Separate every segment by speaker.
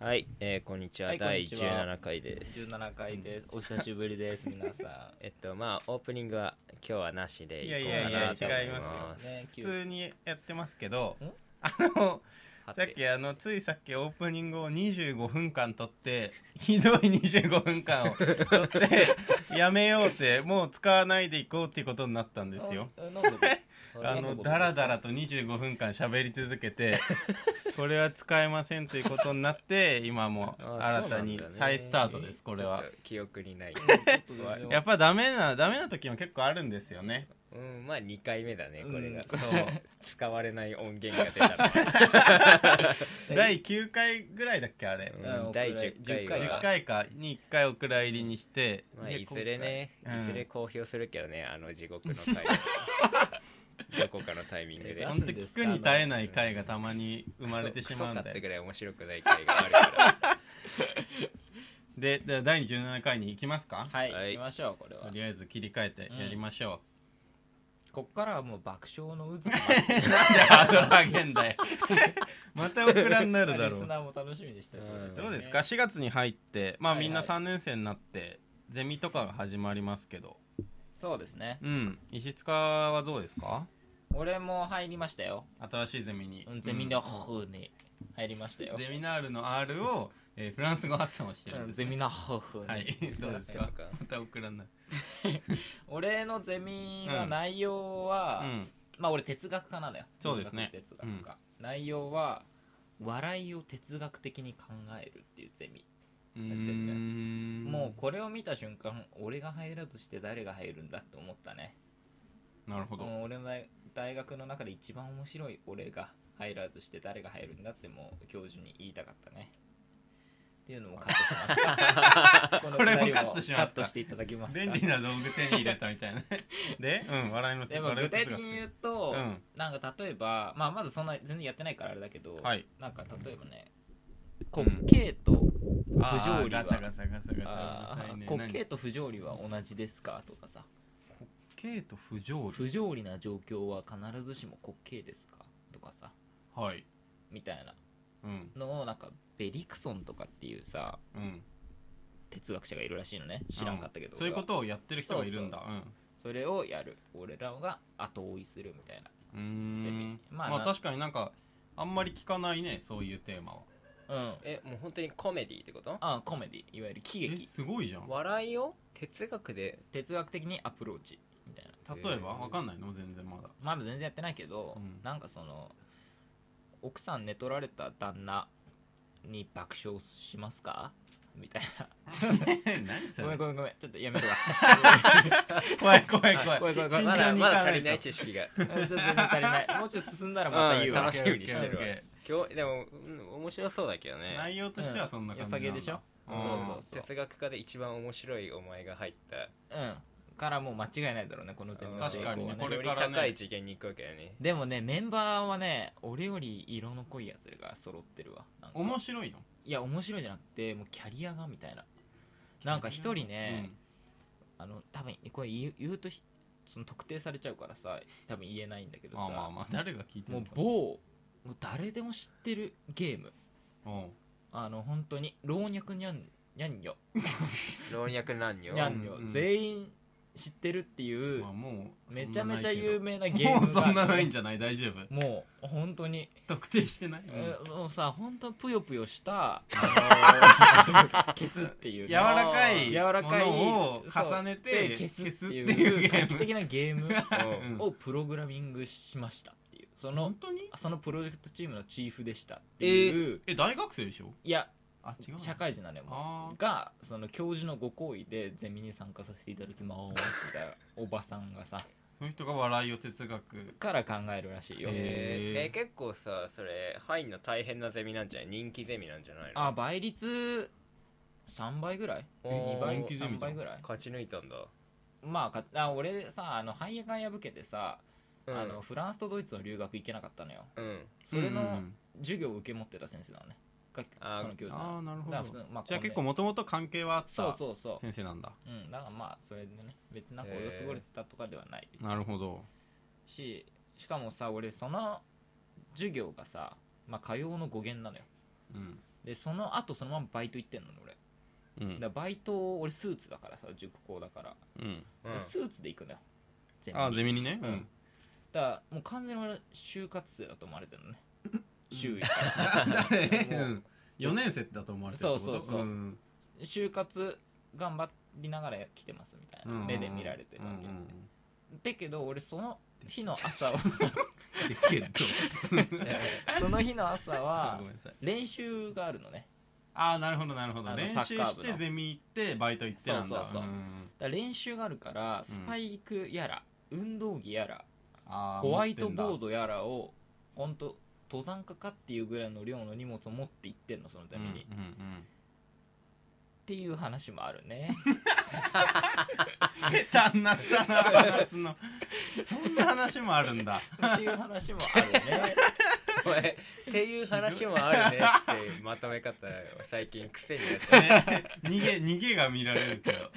Speaker 1: はい、えーこんにちは、
Speaker 2: はいこん
Speaker 1: 第
Speaker 2: にちは
Speaker 1: 17回です。
Speaker 2: 17回です。お久しぶりです、皆さ
Speaker 1: えっと、まあ、オープニングは今日はなしで
Speaker 3: い
Speaker 1: い
Speaker 3: や
Speaker 1: こ
Speaker 3: いうや
Speaker 1: か
Speaker 3: いや
Speaker 1: なと思い
Speaker 3: 違いますよ
Speaker 1: ま
Speaker 2: ん。
Speaker 1: す。
Speaker 2: ね、
Speaker 3: 普通にやってますけど
Speaker 2: ん
Speaker 3: あの
Speaker 1: は
Speaker 3: さってきあのついさっきオープニングを25分間撮って ひどい25分間を撮って やめようってもう使わないでいこうっていうことになったんですよ。
Speaker 2: あなんで
Speaker 3: あのダラダラと25分間喋り続 けてこれは使えませんということになって今も
Speaker 1: あ
Speaker 3: 新た
Speaker 1: そうなん
Speaker 3: に
Speaker 1: だね
Speaker 3: 再スタートですこれは
Speaker 1: ちょっ。と記憶に ない。
Speaker 3: やっぱダメなダメな時も結構あるんですよね。
Speaker 1: うん、まあ2回目だね、これが。
Speaker 3: そう
Speaker 1: 使われない音源が出たの は
Speaker 3: 第9回ぐらいだっけあれ。
Speaker 1: うん第10
Speaker 2: 10
Speaker 1: 回
Speaker 2: 回
Speaker 3: 10
Speaker 1: は。
Speaker 3: 回かに1回お蔵入りにして、
Speaker 1: まあ、
Speaker 3: で
Speaker 1: いずれね、
Speaker 3: 今回うん
Speaker 1: いずれ公表するけどね、あの地獄の回。 どこかのタイミングで
Speaker 2: 出。
Speaker 3: 今
Speaker 2: す
Speaker 3: 回
Speaker 2: ん
Speaker 3: ほんと
Speaker 2: です
Speaker 3: 聞
Speaker 2: か
Speaker 3: くに耐えない回がたまに生まれてしまうん
Speaker 1: クソか
Speaker 3: だ
Speaker 1: って
Speaker 3: よ
Speaker 1: ぐらい面白くない回がある か
Speaker 3: ででは第17回に行きますか、
Speaker 2: はい、
Speaker 1: はい
Speaker 2: 行きましょう、これは
Speaker 3: と。りあえず切り替えてやりましょ
Speaker 2: こっからはもう爆笑の渦
Speaker 3: う、なん でハードル上げんだよ またオクラにな るだ
Speaker 2: リ
Speaker 3: ろ
Speaker 2: ス
Speaker 3: う
Speaker 2: ナーも楽しみでしたよ、これ
Speaker 1: うん
Speaker 3: どうですか4月に入ってま
Speaker 2: は
Speaker 3: あ
Speaker 2: いは
Speaker 3: み
Speaker 2: い
Speaker 3: んな3年生になってゼミとかが始まりますけど
Speaker 2: そうですね。
Speaker 3: うん石塚はどうですか
Speaker 2: 俺も入りましたよ。
Speaker 3: 新しいゼミに、
Speaker 2: うんゼミの方に入りましたよ。
Speaker 3: ゼミナールの R を、えーフランス語発音してる
Speaker 2: うんん
Speaker 3: です
Speaker 2: ゼ
Speaker 3: ね、
Speaker 2: ミの方に。
Speaker 3: はいどうです
Speaker 1: ら
Speaker 3: か。 またオクラになる
Speaker 2: 俺のゼミは
Speaker 3: うん
Speaker 2: 内容は、
Speaker 3: うん
Speaker 2: まあ俺哲学家なのよ
Speaker 3: そうですね
Speaker 2: 文学哲学家、内容は笑いを哲学的に考えるっていうゼミ、
Speaker 3: うー
Speaker 2: るね
Speaker 3: ん
Speaker 2: もうこれを見た瞬間俺が入らずして誰が入るんだって思ったね
Speaker 3: なるほど
Speaker 2: もう俺の大大学の中で一番面白い俺が入らずして誰が入るんだってもう教授に言いたかったねっていうのもカットし ますの
Speaker 3: これも
Speaker 2: くだり
Speaker 3: カットしますか
Speaker 2: カットしていただけますか
Speaker 3: 便利な道具手に入れたみ たいなでうん笑いの
Speaker 2: でも具体的に言うと、
Speaker 3: うん
Speaker 2: なんか例えば、まあ、まだそんな全然やってないからあれだけど、
Speaker 3: はい
Speaker 2: なんか例えばね
Speaker 3: う
Speaker 2: 滑
Speaker 3: ん
Speaker 2: 稽と不
Speaker 3: あー
Speaker 2: 条理
Speaker 3: ガ
Speaker 2: は
Speaker 3: サガサガサガサ
Speaker 2: あ
Speaker 3: うるさいね
Speaker 2: ー滑
Speaker 3: 何
Speaker 2: 稽と不条理は同じですかとかさ
Speaker 3: 滑稽と不条理
Speaker 2: 不条理な状況は必ずしも滑稽ですかとかさ
Speaker 3: はい
Speaker 2: みたいな
Speaker 3: うん
Speaker 2: のをなんかベリクソンとかっていうさ
Speaker 3: うん
Speaker 2: 哲学者がいるらしいのね知らんかったけど、
Speaker 3: うんそういうこ
Speaker 2: 俺は
Speaker 3: とをやってる人がいるんだうん
Speaker 2: それをやる俺らが後追いするみたいな
Speaker 3: うー
Speaker 2: ゼ
Speaker 3: ん
Speaker 2: ミまあ
Speaker 3: まあ
Speaker 2: な
Speaker 3: 確かになんかあんまり聞かないねそういうテーマは
Speaker 2: うん
Speaker 1: え、もう本当にコメディってこと
Speaker 2: あーコメディいわゆる喜
Speaker 3: え
Speaker 2: 劇
Speaker 3: すごいじゃん
Speaker 1: 笑いを哲学で
Speaker 2: 哲学的にアプローチみたいな
Speaker 3: 例えば
Speaker 1: えー
Speaker 3: わかんないの全然まだ
Speaker 2: まだ全然やってないけど、
Speaker 3: うん
Speaker 2: なんかその奥さん寝取られた旦那に爆笑しますかみたいな
Speaker 3: 何そ
Speaker 2: ごめ
Speaker 3: れ
Speaker 2: んごめんごめんちょっとやめる わ
Speaker 3: 怖い怖い怖い
Speaker 2: 怖い
Speaker 1: ち
Speaker 2: 怖い
Speaker 1: ま
Speaker 2: 怖い
Speaker 1: だまだ足り
Speaker 3: と
Speaker 1: ない知識が
Speaker 2: ちょっと全然足りないもうちょっと進んだらまた言うわ、
Speaker 1: うん楽しみにしてるわ
Speaker 3: オッケーオッケーオッ
Speaker 1: 今
Speaker 3: ケー
Speaker 1: 日でも、うん、面白そうだけどね
Speaker 3: 内容としてはそんな感じなんだ
Speaker 2: 良さげでしょ
Speaker 3: うん
Speaker 2: そうそうそう
Speaker 1: 哲学科で一番面白いお前が入った
Speaker 2: うんからもう間違いないだろうねこのゼミの成
Speaker 3: 確
Speaker 2: 功
Speaker 3: か
Speaker 2: は
Speaker 3: にね
Speaker 2: ね
Speaker 3: これ
Speaker 1: より
Speaker 3: からね
Speaker 1: 高い次元に行くわけだよね
Speaker 2: でもねメンバーはね俺より色の濃いやつらが揃ってるわなんか
Speaker 3: 面白いの
Speaker 2: いや面白いじゃなくてもうキャリアがみたいななんか一人ね、あの多分これ言う言うとひその特定されちゃうからさ多分言えないんだけ
Speaker 3: うん
Speaker 2: どさ
Speaker 3: まあまあまあ誰が聞いて
Speaker 2: も
Speaker 3: る
Speaker 2: う
Speaker 3: か
Speaker 2: 某もう誰でも知ってるゲーム
Speaker 3: うん
Speaker 2: あの本当に老若にゃんにゃんよ
Speaker 1: 老若男 女
Speaker 2: にゃんよ、
Speaker 3: うんうん
Speaker 2: 全員知ってるっていう、
Speaker 3: まあもう
Speaker 2: めちゃめちゃ有名な
Speaker 3: な
Speaker 2: ゲー
Speaker 3: もう
Speaker 2: ム
Speaker 3: そんな
Speaker 2: があ
Speaker 3: な
Speaker 2: る
Speaker 3: い
Speaker 2: の
Speaker 3: んじゃない大丈夫
Speaker 2: もう本当に、
Speaker 3: 特定してない、うん
Speaker 2: えもうさ本当ぷよぷよした 消すっていう
Speaker 3: 柔らかい
Speaker 2: 柔らかい
Speaker 3: ものを重ねて
Speaker 2: そうで消
Speaker 3: 消
Speaker 2: す
Speaker 3: す
Speaker 2: っ
Speaker 3: ってて
Speaker 2: い
Speaker 3: いううゲ
Speaker 2: 画
Speaker 3: ー
Speaker 2: 期
Speaker 3: ム
Speaker 2: 的なゲーム
Speaker 1: うん
Speaker 3: うん
Speaker 2: をプログラミングしましたっていうその
Speaker 3: 本当に
Speaker 2: そのプロジェクトチームのチーフでしたっていう、
Speaker 3: え大学生でしょ
Speaker 2: いや
Speaker 3: あ違うの
Speaker 2: 社会人なのよも
Speaker 3: あ
Speaker 2: うがその教授のご好意でゼミに参加させていただきますみたいなおばさんがさ
Speaker 3: その人が笑いを哲学
Speaker 2: から考えるらしいよ、
Speaker 1: えー
Speaker 3: へー
Speaker 1: え結構さそれ入んの大変なゼミなんじゃない人気ゼミなんじゃないの
Speaker 2: あ倍率3倍ぐらい
Speaker 1: おー
Speaker 2: 2倍
Speaker 3: 人気ゼミだ
Speaker 2: 3倍ぐらい
Speaker 1: 勝ち抜いたんだ、
Speaker 2: まあかあ俺さあの肺が破けてさ、
Speaker 1: うん、
Speaker 2: あのフランスとドイツの留学行けなかったのよ
Speaker 1: うん
Speaker 2: それ
Speaker 3: うんうんう
Speaker 2: の
Speaker 3: ん
Speaker 2: 授業を受け持ってた先生なのねが
Speaker 1: あー
Speaker 2: その教授なの
Speaker 3: ああなるほ
Speaker 2: だから
Speaker 3: ど
Speaker 2: 普通のまあ
Speaker 3: じゃあ
Speaker 2: こ
Speaker 3: 結構
Speaker 2: んな
Speaker 3: もともと関係はあっ
Speaker 2: そう
Speaker 3: た
Speaker 2: そうそう
Speaker 3: 先生なんだ
Speaker 2: うん、だからまあそれでね別になんか
Speaker 1: へ
Speaker 2: 俺
Speaker 1: ー
Speaker 2: が優れてたとかではない
Speaker 3: なるほど
Speaker 2: ししかもさ俺その授業がさ、まあ、火曜の語源なのよ
Speaker 3: うん
Speaker 2: でその後そのままバイト行ってんのね俺
Speaker 3: う
Speaker 2: だ
Speaker 3: ん
Speaker 2: からバイト俺スーツだからさ塾校だから、
Speaker 3: うん
Speaker 1: うん
Speaker 2: スーツで行くのよゼミ
Speaker 3: あゼミにね
Speaker 2: う
Speaker 3: うんん
Speaker 2: だからもう完全に俺就活生だと思われてる のね周囲かもう
Speaker 3: うん4年生だと思われてるってこと
Speaker 2: そうそうそうんら就活頑張りながら来てますみたいな、
Speaker 3: うん
Speaker 2: 目で見られてるわけ、
Speaker 3: うん
Speaker 2: だけど俺その日の朝は
Speaker 3: だけど
Speaker 2: その日の朝は
Speaker 3: ごめんなさい
Speaker 2: 練習があるのね
Speaker 3: ああなるほどなるほ
Speaker 2: あ
Speaker 3: ど
Speaker 2: の
Speaker 3: 練
Speaker 2: サ
Speaker 3: 習
Speaker 2: ッカー
Speaker 3: し
Speaker 2: 部の
Speaker 3: てゼミ行ってバイト行ってなんだ
Speaker 2: そうそうそうんだから練習があるからスパイクやら、運動着やら
Speaker 3: あー
Speaker 2: ホワイトボ
Speaker 3: 持
Speaker 2: ー
Speaker 3: ってんだ
Speaker 2: ドやらをほんと登山家かっていうぐらいの量の荷物を持って行ってんのそのために、っ
Speaker 3: うんうんうん
Speaker 2: ていう話もあるね
Speaker 3: 下手になったな話すのそんな話もあるんだ
Speaker 2: っていう話もある ね
Speaker 1: おいっていう話もあるねってまとめ方最近癖になっちゃう
Speaker 3: ね逃げ逃げが見られるけど
Speaker 2: っ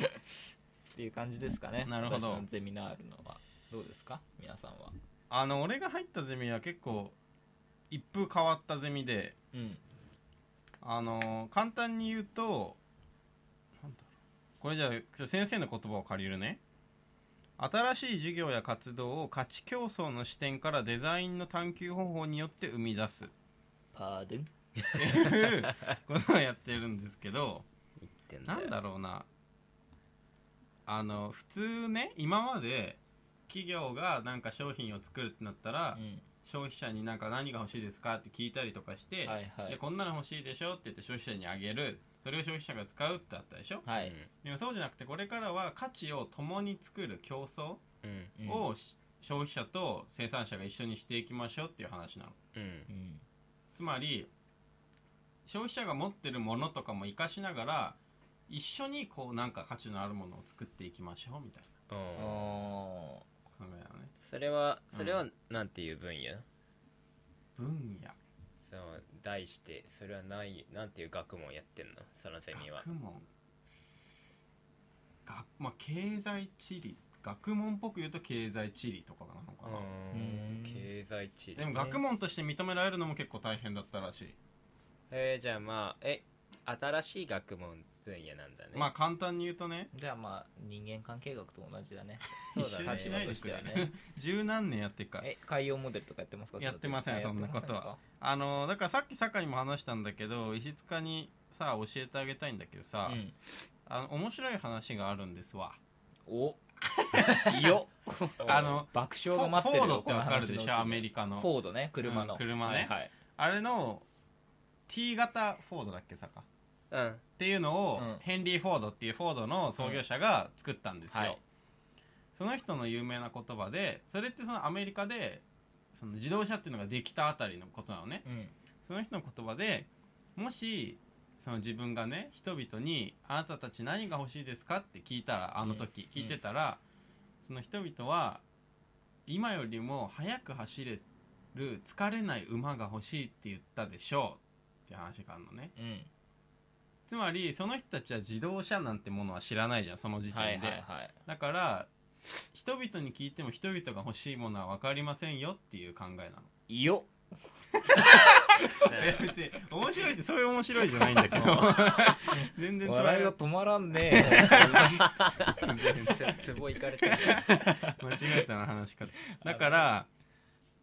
Speaker 2: ていう感じですかね
Speaker 3: なるほど
Speaker 2: 私のゼミナールのはどうですか皆さんは
Speaker 3: あの俺が入ったゼミは結構一風変わったゼミで
Speaker 2: うん
Speaker 3: あの簡単に言うとなんだろうこれじゃあちょっと先生の言葉を借りるね新しい授業や活動を価値競争の視点からデザインの探求方法によって生み出すっ
Speaker 2: パーデン
Speaker 3: ていうことをやってるんですけど
Speaker 1: 言ってんだ
Speaker 3: な
Speaker 1: よ
Speaker 3: んだろうなあの普通ね今まで企業がなんか商品を作るってなったら、
Speaker 2: う
Speaker 3: 消費者になんか何が欲しいですかって聞いたりとかして、
Speaker 2: んはいはい
Speaker 3: やこんなの欲しいでしょって言って消費者にあげるそれを消費者が使うってあったでしょ
Speaker 2: はい、
Speaker 3: でもそうじゃなくてこれからは価値を共に作る競争
Speaker 1: うんうん
Speaker 2: うん
Speaker 3: をし、消費者と生産者が一緒にしていきましょうっていう話なの
Speaker 1: うん
Speaker 2: うん
Speaker 3: つまり消費者が持ってるものとかも活かしながら一緒にこうなんか価値のあるものを作っていきましょうみたい
Speaker 1: うん
Speaker 2: あ
Speaker 3: な考えなのね
Speaker 1: それは
Speaker 3: うん
Speaker 1: それはなんていう分野
Speaker 3: 分野
Speaker 1: その題してそれはないなんていう学問やってんのそのゼミは
Speaker 3: 学問学まあ経済地理学問っぽく言うと経済地理とかなのかな、
Speaker 1: う
Speaker 2: うん
Speaker 1: ん経済地理
Speaker 3: で
Speaker 1: ね
Speaker 3: も学問として認められるのも結構大変だったらしい、
Speaker 1: えーじゃあまあえ新しい学問分野なんだね
Speaker 3: まあ簡単に言うとね
Speaker 2: ーじゃあまあ人間関係学と同じだ ね
Speaker 1: そうだね
Speaker 2: 立場としてはね
Speaker 3: 十何年やってっから
Speaker 2: え海洋モデルとかやってますか
Speaker 3: やってません
Speaker 2: あやっ
Speaker 3: そんなことは
Speaker 2: てませんか
Speaker 3: あのだからさっき坂にも話したんだけど石塚にさ教えてあげたいんだけどさ、
Speaker 2: うん
Speaker 3: あの面白い話があるんですわ
Speaker 2: お
Speaker 1: よ
Speaker 3: あの
Speaker 2: 爆
Speaker 3: フ
Speaker 2: 笑が
Speaker 3: ォ
Speaker 2: 待
Speaker 3: フ
Speaker 2: って
Speaker 3: ォ
Speaker 2: る
Speaker 3: ードってわかる
Speaker 2: この話
Speaker 3: で
Speaker 2: のう
Speaker 3: し
Speaker 2: ちに
Speaker 3: ょアメリカの
Speaker 2: フォードね車の、
Speaker 3: うん車ね
Speaker 2: はいはい
Speaker 3: あれの T 型フォードだっけ坂
Speaker 1: うん
Speaker 3: っていうのを、
Speaker 2: うん
Speaker 3: ヘンリー・フォードっていうフォードの創業者が作ったんですよ、
Speaker 2: うんはい
Speaker 3: その人の有名な言葉でそれってそのアメリカでその自動車っていうのができたあたりのことなのね
Speaker 2: うん
Speaker 3: その人の言葉でもしその自分がね人々に「あなたたち何が欲しいですか?」って聞いたらあの時
Speaker 2: うん
Speaker 3: 聞いてたら、その人々は今よりも速く走れる疲れない馬が欲しいって言ったでしょうって話があるのね
Speaker 2: うん
Speaker 3: つまりその人たちは自動車なんてものは知らないじゃんその時
Speaker 2: はい
Speaker 3: 点
Speaker 2: はい
Speaker 3: で、
Speaker 2: はい
Speaker 3: だから人々に聞いても人々が欲しいものは分かりませんよっていう考え なの
Speaker 2: いいよ
Speaker 3: え別に面白いってそういう面白いじゃないんだ けど全然捉
Speaker 2: 笑
Speaker 3: え
Speaker 2: いが
Speaker 3: よ
Speaker 2: 止まらんね え
Speaker 1: つぼいかれてる
Speaker 3: 間違えたな話し方だから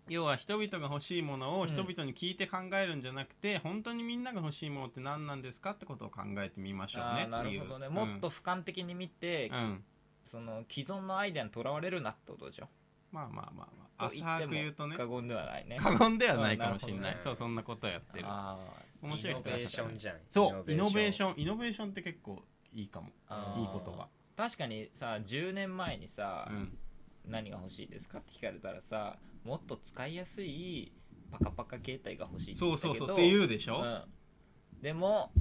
Speaker 3: 要は人々が欲しいものを人々に聞いて考えるんじゃなくて、本当にみんなが欲しいものって何なんですかってことを考えてみましょう
Speaker 2: あ
Speaker 3: ね
Speaker 2: ーな
Speaker 3: ってい
Speaker 2: る
Speaker 3: う
Speaker 2: ほどねもっと俯瞰的に見て、
Speaker 3: うん、うん
Speaker 2: その既存のアイデアにとらわれるなってことでしょ
Speaker 3: まあまあまあまあ
Speaker 2: と言っ
Speaker 3: 浅
Speaker 2: て
Speaker 3: く
Speaker 2: も
Speaker 3: 言うとね
Speaker 2: 過言ではないね
Speaker 3: 過言ではないかもしれ
Speaker 2: あ
Speaker 3: な
Speaker 1: ないるほどね
Speaker 3: そうそんなことをやってる
Speaker 2: あー
Speaker 3: 面白い
Speaker 1: イノ
Speaker 3: 人
Speaker 1: ベ
Speaker 3: らっ
Speaker 1: ー
Speaker 3: し
Speaker 1: シ
Speaker 3: ゃる
Speaker 1: ョンじゃん
Speaker 3: そうイノベーシ
Speaker 1: ン
Speaker 3: ョンイノベーションって結構いいかもいい
Speaker 2: あー
Speaker 3: 言葉
Speaker 2: 確かにさ10年前にさ、
Speaker 3: うん
Speaker 2: 何が欲しいですかって聞かれたらさもっと使いやすいパカパカ携帯が欲しいって
Speaker 3: そ
Speaker 2: 言
Speaker 3: う
Speaker 2: った
Speaker 3: そう
Speaker 2: けど
Speaker 3: そうって言うでしょ、
Speaker 2: うん、でも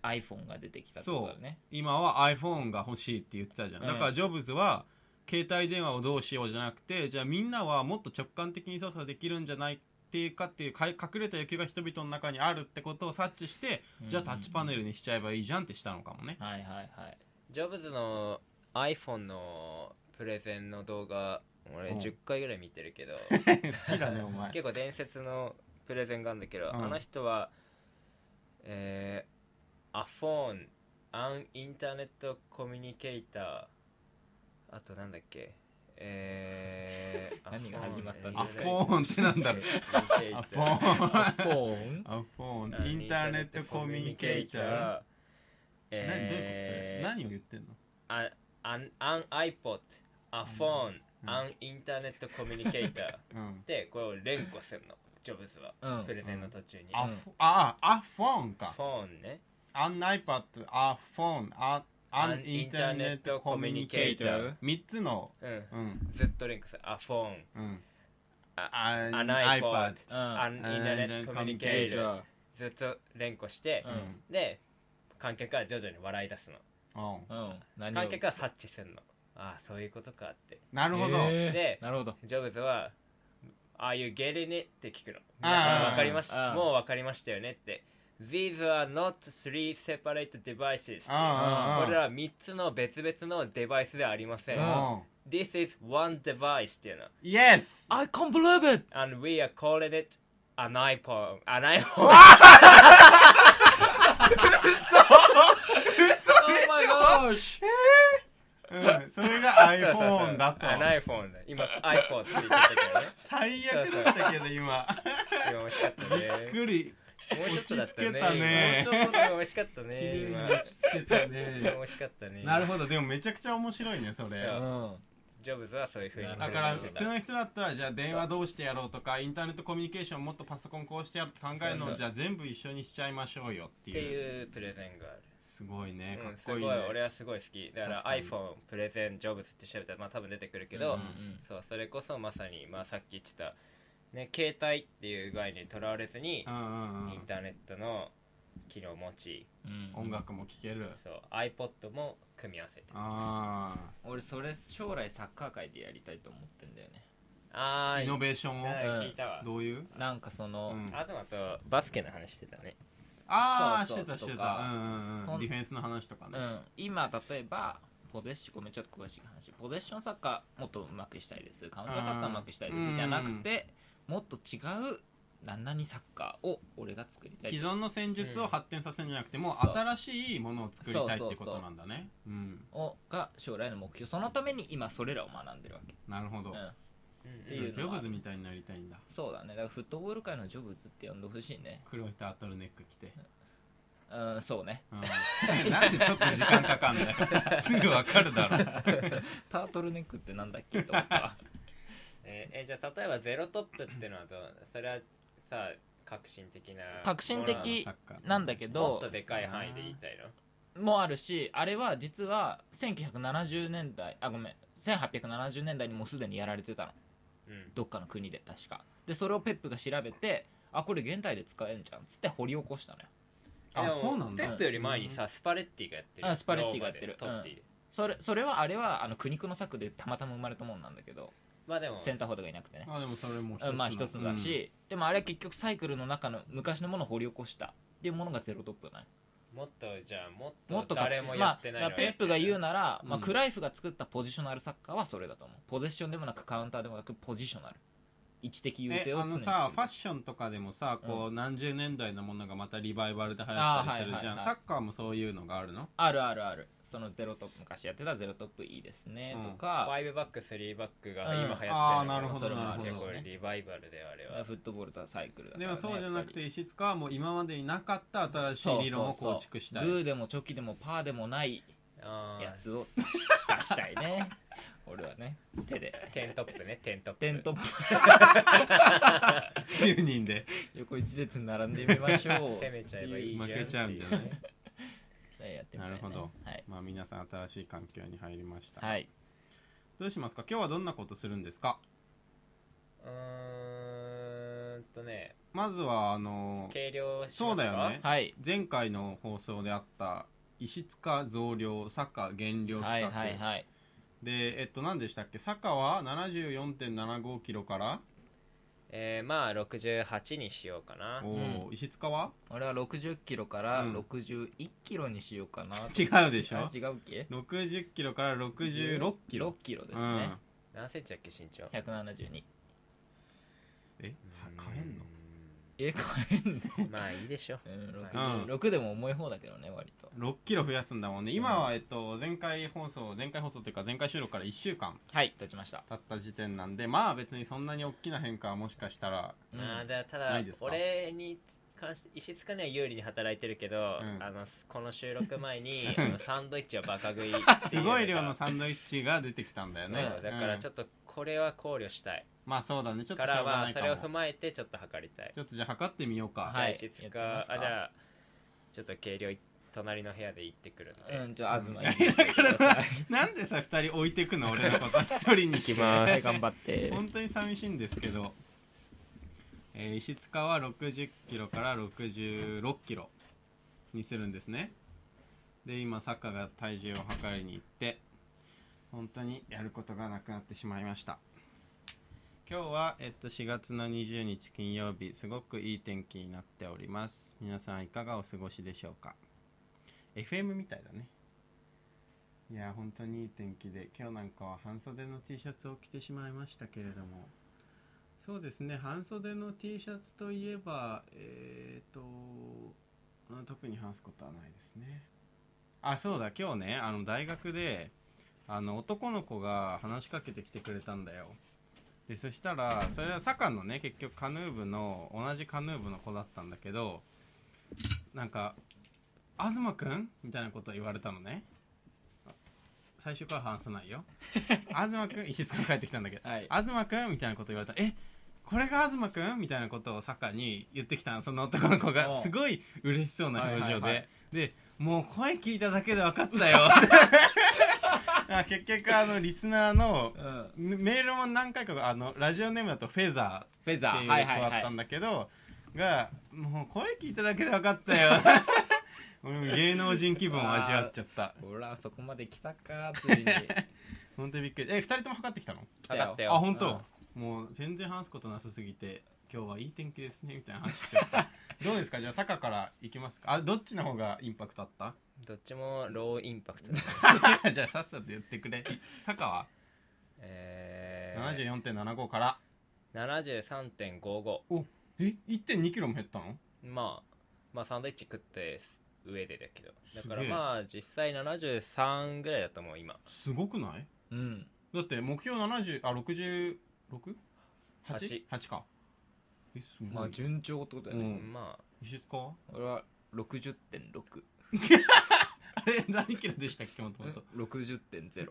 Speaker 2: iPhone が出てきたってことだね
Speaker 3: 今は iPhone が欲しいって言ってたじゃん
Speaker 2: うん
Speaker 3: だからジョブズは携帯電話をどうしようじゃなくてじゃあみんなはもっと直感的に操作できるんじゃないっていうかっていうか隠れた欲求が人々の中にあるってことを察知してじゃあタッチパネ
Speaker 2: ル、
Speaker 3: ルにしちゃえばいいじゃんってしたのかもね
Speaker 2: はいはいはい
Speaker 1: ジョブズの iPhone のプレゼンの動画俺
Speaker 3: うん
Speaker 1: 10回ぐらい見てるけど
Speaker 3: 好きだねお前
Speaker 1: 結構伝説のプレゼンがあるんだけど、
Speaker 3: うん
Speaker 1: あの人は、え phone an internet communicator あとなんだっけえ ー、
Speaker 2: 何が始まったん
Speaker 3: ア
Speaker 2: です
Speaker 3: フ
Speaker 2: か
Speaker 3: ォーンってなんだろうアフ ォー
Speaker 2: フォー
Speaker 3: ン
Speaker 2: ン
Speaker 3: アフォーンインターネットコミュニケーター何どういう
Speaker 1: え
Speaker 3: ことそれ
Speaker 1: ー、
Speaker 3: 何を言ってんの
Speaker 1: あ an, an iPod a phone
Speaker 3: うん
Speaker 1: an internet communicator
Speaker 3: うん
Speaker 1: でこれを連呼するのジョブズは、
Speaker 2: うん
Speaker 1: プレゼンの途中に
Speaker 3: アフああアフォーンか
Speaker 1: フォンね
Speaker 3: アン iPad アフォンアアン
Speaker 1: An
Speaker 3: インターネットコミュニケーター
Speaker 2: Internet Communicator
Speaker 3: 三つの
Speaker 1: うん
Speaker 3: うん
Speaker 1: ずっと連呼する a phone
Speaker 3: うん
Speaker 1: あ
Speaker 3: ア
Speaker 1: an iPod
Speaker 2: うん
Speaker 1: an internet communicator
Speaker 2: あ
Speaker 1: ずっと連呼して
Speaker 3: う、ん
Speaker 1: で観客は徐々に笑い出すの
Speaker 3: うん
Speaker 2: うん何を
Speaker 1: 観客は察知するのああそういうことかって
Speaker 3: なるほど
Speaker 2: へー
Speaker 1: で
Speaker 2: なるほど
Speaker 1: ジョブズは「Are you getting it?」って聞くの
Speaker 3: あー
Speaker 1: 皆さん分かりまし
Speaker 2: あー
Speaker 1: もう分かりましたよねって These are not three separate devices
Speaker 3: あーあーあー
Speaker 1: これらは3つの別々のデバイスではありません
Speaker 2: うん
Speaker 1: This is one device っていうの
Speaker 3: Yes
Speaker 2: I can't believe it
Speaker 1: And we are calling it an iPhone an iPhone
Speaker 2: Oh
Speaker 3: 嘘
Speaker 2: my gosh
Speaker 3: うん それが
Speaker 1: そうそうそう
Speaker 3: iPhone だと
Speaker 1: An iPhone だ今 iPod って言っちゃったけどね
Speaker 3: 最悪だったけど今
Speaker 1: 今美味しかった
Speaker 3: びっ
Speaker 1: ね
Speaker 3: くり
Speaker 1: もうちょっとだった
Speaker 3: 落ち着けたね
Speaker 1: ね今もうちょっとでも美味しかった
Speaker 3: 綺
Speaker 1: ね
Speaker 3: 麗に
Speaker 1: 今
Speaker 3: 落ち着けた
Speaker 1: 今
Speaker 3: ね
Speaker 1: 美味しかったね
Speaker 3: なるほどでもめちゃくちゃ面白いね
Speaker 1: そ
Speaker 3: そ
Speaker 1: う
Speaker 3: れ
Speaker 2: うん
Speaker 1: ジョブズはそういう風に
Speaker 3: だ
Speaker 2: だ
Speaker 3: か
Speaker 2: からら
Speaker 3: 普通の人だったらじゃあ電話どうしてやろうとかインターネットコミュニケーションもっとパソコンこうしてやろうって考える
Speaker 2: そ
Speaker 3: の
Speaker 2: うそ
Speaker 3: を
Speaker 2: う
Speaker 3: じゃあ全部一緒にしちゃいましょうよって
Speaker 1: っ
Speaker 3: い
Speaker 1: て
Speaker 3: う
Speaker 1: いうプレゼンがある
Speaker 3: すごいねか
Speaker 1: うん
Speaker 3: っ
Speaker 1: す
Speaker 3: こ
Speaker 1: ご
Speaker 3: い
Speaker 1: い
Speaker 3: いね、
Speaker 1: 俺はすごい好きだから
Speaker 3: 確
Speaker 1: iPhone プレゼンジョブズって調べたらまあ多分出てくるけ
Speaker 2: うん
Speaker 1: ど、
Speaker 2: うん
Speaker 1: そうそれこそまさにまあさっき言ってたね携帯っていう概念にとらわれずに
Speaker 3: うんうんうん
Speaker 1: インターネットの機能を持ち
Speaker 2: うん
Speaker 3: 音楽も聴ける
Speaker 1: そう iPod も組み合わせてあ
Speaker 3: あ
Speaker 2: 俺それ将来サッカー界でやりたいと思ってんだよね
Speaker 1: あ
Speaker 3: あ
Speaker 1: ー
Speaker 3: イノベーションを
Speaker 1: はい
Speaker 2: うん
Speaker 1: 聞いたわ
Speaker 3: どういう
Speaker 2: なんかその、
Speaker 3: うん
Speaker 1: 東とバスケの話してたね
Speaker 3: ああ
Speaker 2: そ
Speaker 3: し
Speaker 2: うそ
Speaker 3: て
Speaker 2: う
Speaker 3: たして
Speaker 2: と
Speaker 3: た
Speaker 2: か
Speaker 3: うんうん
Speaker 2: ほ
Speaker 3: うん
Speaker 2: ん
Speaker 3: ディフェンスの話とか
Speaker 2: う
Speaker 3: ね
Speaker 2: ん、今例えばポゼッションごめんちょっと詳しい話ポゼッションサッカーもっとうまくしたいですカウンターサッカーうまくしたいで
Speaker 3: うん
Speaker 2: すじゃなくてもっと違う何々サッカーを俺が作りたい
Speaker 3: 既存の戦術を
Speaker 1: うん
Speaker 3: 発展させるんじゃなくてもう
Speaker 2: そう
Speaker 3: 新しいものを作りたいってこ
Speaker 2: そうそう
Speaker 3: と
Speaker 2: そう
Speaker 3: なんだねうん
Speaker 2: をが将来の目標そのために今それらを学んでるわけ、
Speaker 3: なるほど
Speaker 2: うん、
Speaker 1: って
Speaker 2: て
Speaker 3: ジ
Speaker 2: いうの
Speaker 3: ョ
Speaker 2: は
Speaker 3: ブズみたいになりたいんだ
Speaker 2: そうだねだからフットボール界のジョブズって呼んでほしいね
Speaker 3: 黒いタートルネック着て
Speaker 2: うんそうね
Speaker 3: うん なんでちょっと時間かか んだよすぐわかるだろ
Speaker 2: タートルネックってなんだっけと思ったわ
Speaker 1: えーえーじゃあ例えばゼロトップってのはどうそれはさ革新的な
Speaker 2: 革新的
Speaker 1: ものなの
Speaker 2: サッなんだけど
Speaker 1: もっとでかい範囲で言いたいの
Speaker 2: もあるしあれは実は1970年代あごめん1870年代にもうすでにやられてたの
Speaker 1: うん
Speaker 2: どっかの国で確かでそれをペップが調べてあこれ現代で使えんじゃんっつって掘り起こしたのよ
Speaker 3: あ
Speaker 1: でも
Speaker 3: そうなんだ
Speaker 1: ペップより前にさスパレッティがやってる
Speaker 2: あスパレッティがやってる
Speaker 1: ローマでトッティで
Speaker 2: それそれはあれはあの苦肉の策でたまたま生まれたもんなんだけど
Speaker 1: まあでも
Speaker 2: センターフォードがいなくてね
Speaker 3: あでもそれも
Speaker 2: うんまあ一つだ、し、でもあれは結局サイクルの中の昔のものを掘り起こしたっていうものがゼロトップだね
Speaker 1: もっとじゃあも
Speaker 2: も
Speaker 1: っ
Speaker 2: っ
Speaker 1: と
Speaker 2: と革
Speaker 1: 誰
Speaker 2: 新
Speaker 1: もや
Speaker 2: ま
Speaker 1: っ
Speaker 2: あ
Speaker 1: て
Speaker 2: だ
Speaker 1: ない
Speaker 2: か
Speaker 1: の
Speaker 2: らペップが言うなら、ま
Speaker 3: う
Speaker 2: あ、
Speaker 3: ん
Speaker 2: クライフが作ったポジショナルサッカーはそれだと思うポゼッションでもなくカウンターでもなくポジショナル位置的優
Speaker 3: え
Speaker 2: 勢を
Speaker 3: あ
Speaker 2: 常に
Speaker 3: の
Speaker 2: 作る
Speaker 3: さファッションとかでもさこう何十年代のものがまたリバイバルで流行ったりするじゃ
Speaker 2: あーはいはい
Speaker 3: ん
Speaker 2: はい
Speaker 3: サッカーもそういうのがあるの
Speaker 2: あるあるあるそのゼロトップ昔やってたゼロトップいいですね
Speaker 3: うん
Speaker 2: とか、
Speaker 1: 5バック3バックが
Speaker 2: うん
Speaker 1: 今流行ってる
Speaker 3: あーなるほど
Speaker 1: それも
Speaker 3: なるほど
Speaker 1: 結構リバイバルであれは
Speaker 2: フットボールとはサイクルだから、
Speaker 3: で
Speaker 2: ね、
Speaker 3: もそうじゃなく
Speaker 2: や
Speaker 3: て石塚はもう今までになかった新しい理論を構築し
Speaker 2: そうそう
Speaker 3: たい
Speaker 2: そうグーでもチョキでもパーでもない
Speaker 1: あー
Speaker 2: やつを出したい ね俺はね手で
Speaker 1: テントップねテントップ
Speaker 2: テントップ
Speaker 3: 9人で
Speaker 2: 横一列に並んでみましょう
Speaker 1: 攻めちゃえばいいじゃん
Speaker 3: 負けちゃうんじゃない
Speaker 2: はいやってみたい、ね、
Speaker 3: なるほど
Speaker 2: はい、
Speaker 3: まあ皆さん新しい環境に入りました、
Speaker 2: はい、
Speaker 3: どうしますか今日はどんなことするんですか
Speaker 1: うーんとね
Speaker 3: まずはあの
Speaker 1: 計量しますか
Speaker 3: そうだよね
Speaker 2: はい、
Speaker 3: 前回の放送であった石塚増量サッカー減量
Speaker 2: はい
Speaker 3: 企画、
Speaker 2: はいはい
Speaker 3: でえっと何でしたっけサッカーは74.75キロから
Speaker 1: えー、まあ68にしようかな
Speaker 3: おー石塚は
Speaker 2: 俺は60キロから
Speaker 3: うん
Speaker 2: 61キロにしようかな、
Speaker 3: 違うでし
Speaker 2: あ
Speaker 3: ょ
Speaker 2: 違うっけ
Speaker 3: 60キロから66キロ
Speaker 2: 6キロです
Speaker 3: う
Speaker 2: ね
Speaker 3: ん、
Speaker 1: 何センチだっけ身長
Speaker 2: 172
Speaker 3: えは変えんの
Speaker 1: うーん
Speaker 2: え変えんの
Speaker 1: まあいいでしょ
Speaker 2: うん、6, 6でも重い方だけどね割と
Speaker 3: 6キロ増やすんだもんね今は、えっと、前回放送前回放送というか前回収録から1週間
Speaker 2: はい立ちました
Speaker 3: 経った時点なんでまあ別にそんなに大きな変化はもしかしたら
Speaker 2: うん
Speaker 1: まあだた
Speaker 3: な
Speaker 1: だ
Speaker 3: いですか
Speaker 1: 俺に関して石塚には有利に働いてるけど、
Speaker 3: うん
Speaker 1: あのすこの収録前 にあのサンドイッチをバカ食いってうのが
Speaker 3: すごい量のサンドイッチが出てきたんだよね
Speaker 1: そうだからちょ
Speaker 3: っと、
Speaker 1: っとこれは考慮したい
Speaker 3: うんまあそうだねちょっと
Speaker 1: か
Speaker 3: しょ
Speaker 1: ら
Speaker 3: うが
Speaker 1: ま
Speaker 3: な
Speaker 1: あ
Speaker 3: いか
Speaker 1: そ
Speaker 3: も
Speaker 1: れを踏まえてちょっと測りたい
Speaker 3: ちょっとじゃあ測ってみようか、
Speaker 1: はいい石
Speaker 2: やってみ
Speaker 1: 塚
Speaker 2: ますか
Speaker 1: あじゃあちょっと計量隣の部屋で行ってくるんで、
Speaker 2: うんじゃあ東
Speaker 3: うん
Speaker 2: 一緒にしてください
Speaker 3: なんでさ2人置いてくの俺のこと一人に行
Speaker 1: きま
Speaker 2: はい頑張って
Speaker 3: 本当に寂しいんですけど、えー石塚は60キロから66キロにするんですねで今サッカーが体重を測りに行って本当にやることがなくなってしまいました今日は、えっと、4月の20日金曜日すごくいい天気になっております皆さんいかがお過ごしでしょうか FM みたいだねいや本当にいい天気で今日なんかは半袖の T シャツを着てしまいましたけれどもそうですね半袖の T シャツといえばえー、とあ特に話すことはないですねあそうだ今日ねあの大学であの男の子が話しかけてきてくれたんだよでそしたらそれはサッカーのね結局カヌー部の同じカヌー部の子だったんだけどなんか「東くん?」みたいなこと言われたのね最初から話さないよ東くん石塚帰ってきたんだけど
Speaker 2: はい
Speaker 3: 東くんみたいなこと言われたえこれが東くんみたいなことを坂に言ってきたのその男の子
Speaker 2: お
Speaker 3: が
Speaker 2: う
Speaker 3: すごい嬉しそうな表情で、
Speaker 2: はいはいはい
Speaker 3: でもう声聞いただけで分かったよ あ結局あのリスナーの
Speaker 2: うんフ
Speaker 3: メールも何回かあのラジオネームだとフェザ
Speaker 2: ェザ
Speaker 3: ーっ
Speaker 2: ー
Speaker 3: ていう
Speaker 2: はい
Speaker 3: 子
Speaker 2: はい
Speaker 3: だ
Speaker 2: は
Speaker 3: った
Speaker 2: い
Speaker 3: んだけど、がもう声聞いただけで分かったよ 俺も芸能人気分を味わっちゃった
Speaker 2: ほらそこまで来たかつい に
Speaker 3: 本当にびっくりえ二人とも測ってきたの
Speaker 2: 来た
Speaker 1: 測
Speaker 2: よ
Speaker 1: ってよ
Speaker 3: あ本当、もう全然話すことなさすぎて今日はいい天気ですねみたいな話しちゃった どうですかじゃあ坂から行きますかあどっちの方がインパクトあった
Speaker 1: どっちもローインパクトだね
Speaker 3: じゃあさっさと言ってくれ坂は、
Speaker 1: えー、
Speaker 3: 74.75から
Speaker 1: 73.55
Speaker 3: え1.2キロも減ったの
Speaker 1: まあまあサンドイッチ食って上でだけどだか
Speaker 3: す
Speaker 1: ら
Speaker 3: げえ
Speaker 1: まあ実際73ぐらいだと思う今
Speaker 3: すごくない
Speaker 2: うん
Speaker 3: だって目標70あ 66?8
Speaker 1: 八
Speaker 3: かえすごい、
Speaker 2: まあ順調ってことだよ
Speaker 3: う
Speaker 2: ね
Speaker 3: ん
Speaker 1: まあ
Speaker 3: 石塚は
Speaker 2: 俺は60.6
Speaker 3: あれ何キロでしたっけもともと
Speaker 2: 60.0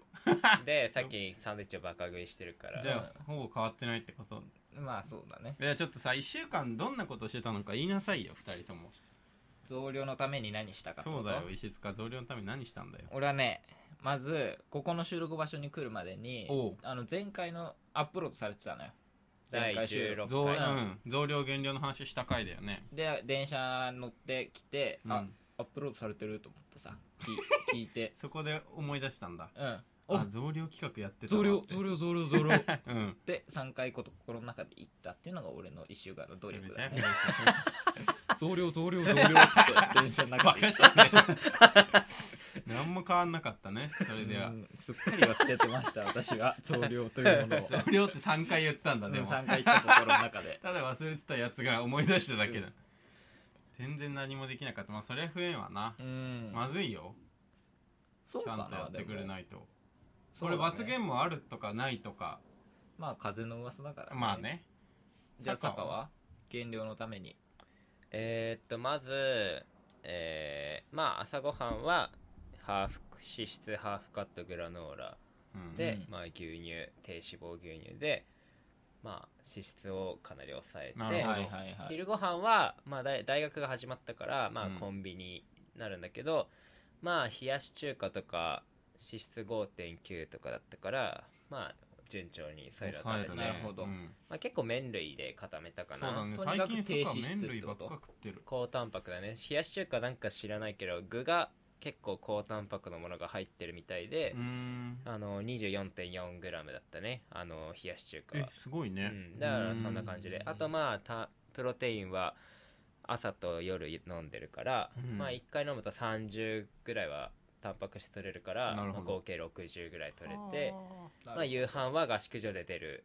Speaker 1: でさっきサンドイッチをバカ食いしてるから
Speaker 3: じゃあほぼ変わってないってこと
Speaker 2: まあそうだね
Speaker 3: いやちょっとさ1週間どんなことしてたのか言いなさいよ2人とも
Speaker 2: 増量のために何したかってこと
Speaker 3: そうだよ石塚増量のために何したんだよ
Speaker 2: 俺はねまずここの収録場所に来るまでに
Speaker 3: おう
Speaker 2: あの前回のアップロードされてたのよ
Speaker 1: 第
Speaker 2: 収録
Speaker 3: 増,、
Speaker 1: 16
Speaker 3: う
Speaker 1: 回
Speaker 3: ん、増量減量の話した回だよね、
Speaker 2: で電車乗ってきて、
Speaker 3: う
Speaker 2: あ
Speaker 3: ん、
Speaker 2: アップロードされてると思ってさ き聞いて
Speaker 3: そこで思い出したんだ
Speaker 2: うんお
Speaker 3: あ増量企画やってた
Speaker 2: 増
Speaker 3: な
Speaker 2: 量
Speaker 3: って
Speaker 2: 増量増量増量っ
Speaker 3: うん
Speaker 2: て3回こと心の中で言ったっていうのが俺の1週間の努力
Speaker 3: めち
Speaker 2: だ
Speaker 3: ゃ
Speaker 2: ね
Speaker 3: くちゃ
Speaker 2: 増量増量増量って電車の中で言っ
Speaker 3: 何も変わんなかったねそれで
Speaker 2: う
Speaker 3: は
Speaker 2: んすっかり忘れてました私は増量というものを
Speaker 3: 増量って3回言ったんだでも
Speaker 2: 3回言った心の中で
Speaker 3: ただ忘れてたやつが思い出しただけだ全然何もできなかったまあそりゃ増えんわな
Speaker 2: う、ん
Speaker 3: まずいよ
Speaker 2: そう
Speaker 3: ち
Speaker 2: か
Speaker 3: ゃ
Speaker 2: なん
Speaker 3: とやってくれ
Speaker 2: でも
Speaker 3: ないと
Speaker 2: そう
Speaker 3: こ
Speaker 2: だ
Speaker 3: れ
Speaker 2: ね
Speaker 3: 罰ゲームもあるとかないとか
Speaker 2: まあ風の噂だから、
Speaker 3: まあね
Speaker 2: じゃあ
Speaker 3: 坂は
Speaker 2: 坂は減量のために
Speaker 1: えー、っとまずえー、まあ朝ごはんはハーフ脂質ハーフカットグラノーラ
Speaker 3: うん
Speaker 1: で、
Speaker 2: うん
Speaker 1: まあ、牛乳低脂肪牛乳で、まあ、脂質をかなり抑え
Speaker 3: な
Speaker 1: て
Speaker 3: るほど
Speaker 2: はいはいはい
Speaker 1: 昼ご飯はまあ、大大学が始まったから、ま
Speaker 3: うん
Speaker 1: あ、コンビニになるんだけど、まあ冷やし中華とか脂質5.9とかだったからまあ順調にそういうのは食べて
Speaker 2: 抑えるねなるほど
Speaker 3: うん
Speaker 1: まあ、結構麺類で固めたか
Speaker 3: そう
Speaker 1: な
Speaker 3: だね
Speaker 2: とにかく
Speaker 3: 最近そっ
Speaker 2: 低
Speaker 3: か
Speaker 2: 脂質
Speaker 3: 麺
Speaker 2: っ
Speaker 3: 類
Speaker 2: て
Speaker 3: ば
Speaker 2: こ
Speaker 3: っ
Speaker 2: と
Speaker 3: か食ってる
Speaker 1: 高タンパクだね冷やし中華なんか知らないけど具が結構高タンパクのものが入ってるみたいで
Speaker 3: うー、ん
Speaker 1: あの 24.4g だったねあの冷やし中華
Speaker 3: え
Speaker 1: は、
Speaker 3: すごいうね、
Speaker 1: ん、だからそんな感じであとまあたプロテインは朝と夜飲んでるから、
Speaker 3: うん
Speaker 1: まあ1回飲むと30ぐらいはタンパク質取れるから
Speaker 3: なるほ
Speaker 1: まあ
Speaker 3: ど
Speaker 1: 合計60ぐらい取れて
Speaker 3: あー
Speaker 1: まあ、夕飯は合宿所で出る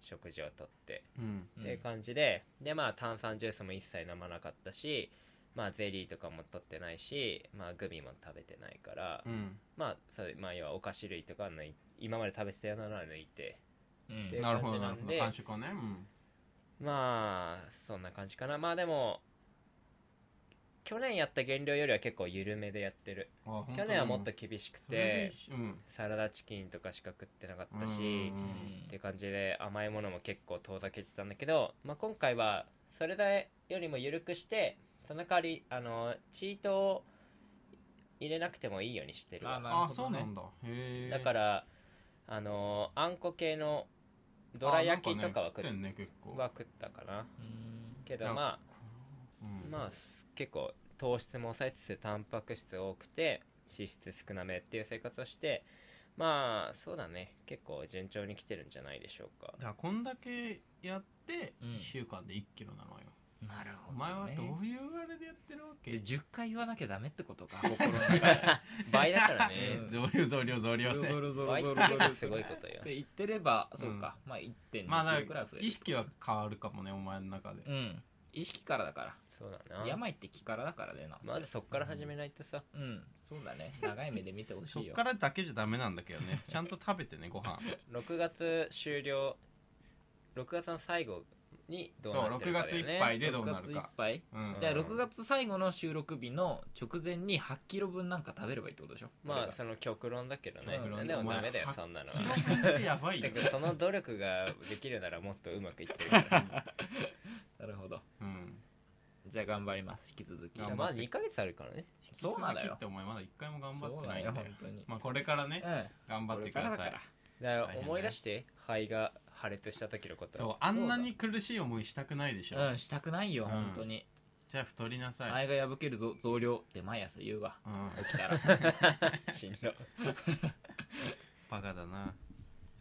Speaker 1: 食事をとって
Speaker 3: うん
Speaker 1: っていう感じで、でまあ炭酸ジュースも一切飲まなかったしまあゼリーとかも取ってないしまあグミも食べてないから、
Speaker 3: うん
Speaker 1: まあそうまあ要はお菓子類とかは抜い今まで食べてたようなのは抜いて
Speaker 2: うん
Speaker 1: で
Speaker 3: なるほどな
Speaker 1: 感じな
Speaker 3: るほ
Speaker 1: ん
Speaker 3: ど
Speaker 1: で
Speaker 3: 感触をねうん
Speaker 1: まあそんな感じかなまあでも去年やった減量よりは結構緩めでやってる
Speaker 3: あ本当に
Speaker 1: 去年はもっと厳しく
Speaker 3: それでいい
Speaker 1: て
Speaker 3: しうん
Speaker 1: サラダチキンとかしか食ってなかった
Speaker 3: うんうん
Speaker 1: し
Speaker 3: う
Speaker 2: うん
Speaker 1: っていう感じで甘いものも結構遠ざけてたんだけど、まあ、今回はそれだよりも緩くしてその代わりあのチートを入れなくてもいいようにしてるわ
Speaker 2: あなる
Speaker 3: あ
Speaker 2: ほ
Speaker 3: そ
Speaker 2: ど
Speaker 3: う
Speaker 2: ね
Speaker 3: なんだへえ
Speaker 1: だからあのあんこ系のどら焼きとかは食っ
Speaker 3: あなんね食ってんね結構
Speaker 1: は食ったかな
Speaker 2: うん
Speaker 1: け
Speaker 3: い
Speaker 1: ど
Speaker 3: や
Speaker 1: まあ
Speaker 3: うん
Speaker 1: まあす結構糖質も抑えつつタンパク質多くて脂質少なめっていう生活をしてまあそうだね結構順調に来てるんじゃないでしょうか
Speaker 3: だからこんだけやって
Speaker 2: うん
Speaker 3: 1週間で1キロなのよ、
Speaker 2: なるほど、
Speaker 3: お
Speaker 2: ね、
Speaker 3: 前はどういうあれでやってるわけ
Speaker 2: で10回言わなきゃダメってこと か心の中で
Speaker 1: 倍だからね
Speaker 3: えー増量増量 増量ね
Speaker 1: 倍って結構すごいことよ
Speaker 2: って言ってればそうか、まあ
Speaker 3: まあだ
Speaker 2: 1.2
Speaker 3: か
Speaker 2: キロくらい増える
Speaker 3: 意識は変わるかもねお前の中で
Speaker 2: うん意識からだか
Speaker 1: そうだ
Speaker 2: ら
Speaker 1: な
Speaker 2: 病って気からだからねな
Speaker 1: まずそっから始めないとさ
Speaker 2: うんそうだね長い目で見てほし
Speaker 3: そ
Speaker 2: い
Speaker 3: っ
Speaker 2: よ
Speaker 3: からだけじゃダメなんだけど ねちゃんと食べてねご飯
Speaker 1: 6月終了6月の最後にどうなってるかだよね
Speaker 3: そう6月いっぱいでどうなる
Speaker 2: 6月いっ
Speaker 3: か
Speaker 2: ぱい
Speaker 3: うん
Speaker 2: じゃあ
Speaker 1: うん
Speaker 2: 6月最後の収録日の直前に8キロ分なんか食べればいいってことでしょ
Speaker 1: ま
Speaker 2: 俺
Speaker 1: あ
Speaker 2: が
Speaker 1: その極論だけどね
Speaker 2: 極論
Speaker 1: で
Speaker 2: お
Speaker 1: も
Speaker 2: 前
Speaker 1: ダメだよ
Speaker 3: は
Speaker 1: そんなのは
Speaker 3: 基本的にやばいよ
Speaker 1: だけどその努力ができるならもっとうまくいってるから
Speaker 2: なるほど
Speaker 3: うん
Speaker 2: じゃあ頑張ります引き続き
Speaker 1: いや
Speaker 3: 頑張
Speaker 1: ま
Speaker 3: っ
Speaker 1: だ
Speaker 3: て
Speaker 1: 2ヶ月あるからね
Speaker 2: そうなの
Speaker 3: 引き続き
Speaker 2: よ
Speaker 3: ってお前まだ一回も頑張
Speaker 2: そ
Speaker 3: っ
Speaker 2: う
Speaker 3: て
Speaker 2: な
Speaker 3: なんいん
Speaker 2: よ
Speaker 3: だ
Speaker 2: 本
Speaker 3: よ
Speaker 2: 当に
Speaker 3: まあこれからね
Speaker 2: うん
Speaker 3: 頑張ってくださ
Speaker 2: これから
Speaker 3: い
Speaker 2: だ
Speaker 1: だか
Speaker 3: 大変
Speaker 1: ら
Speaker 3: だね
Speaker 1: 思い出して肺が破裂した時のこと
Speaker 3: そうあんなに苦しい思いしたくないでしょ
Speaker 2: からうんしたくないよ
Speaker 3: うん
Speaker 2: 本当に
Speaker 3: じゃあ太りなさい
Speaker 2: 前が破けるぞ増量って毎朝言う わ
Speaker 3: うん
Speaker 2: 起きた ら
Speaker 1: しんどい
Speaker 3: バカだな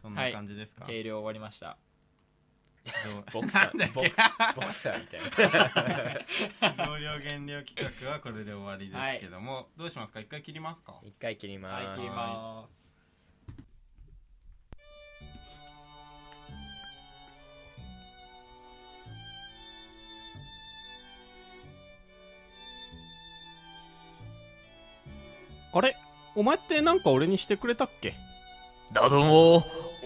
Speaker 3: そん
Speaker 2: は
Speaker 3: ない感じですか
Speaker 2: 計量終わりました
Speaker 3: ど
Speaker 1: ボ
Speaker 3: う
Speaker 1: クサ
Speaker 3: なんだっ
Speaker 1: ーボ
Speaker 3: け
Speaker 1: ボクサーみたい な
Speaker 3: 増量減量企画はこれで終わりですけども、どうしますか一回切りますか
Speaker 1: 一回切ります、
Speaker 2: はい切ります
Speaker 3: あれお前ってなんか俺にしてくれたっけ
Speaker 4: だども、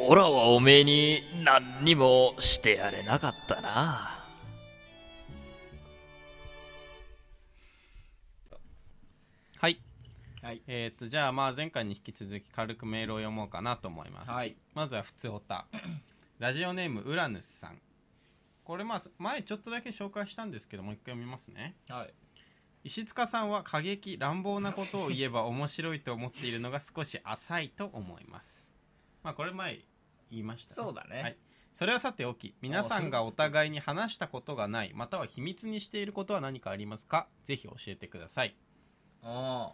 Speaker 4: オラはおめえに何にもしてやれなかったな。
Speaker 3: はい
Speaker 2: はい
Speaker 3: えっ、とじゃあまあ前回に引き続き軽くメールを読もうかなと思います、
Speaker 2: はい
Speaker 3: まずは普通おた ラジオネームウラヌスさんこれまあ前ちょっとだけ紹介したんですけどもう一回読みますね
Speaker 2: はい
Speaker 3: 石塚さんは過激乱暴なことを言えば面白いと思っているのが少し浅いと思います まあこれ前言いましたね
Speaker 2: そうだね
Speaker 3: はいそれはさておき皆さんがお互いに話したことがないまたは秘密にしていることは何かありますかぜひ教えてください
Speaker 2: あ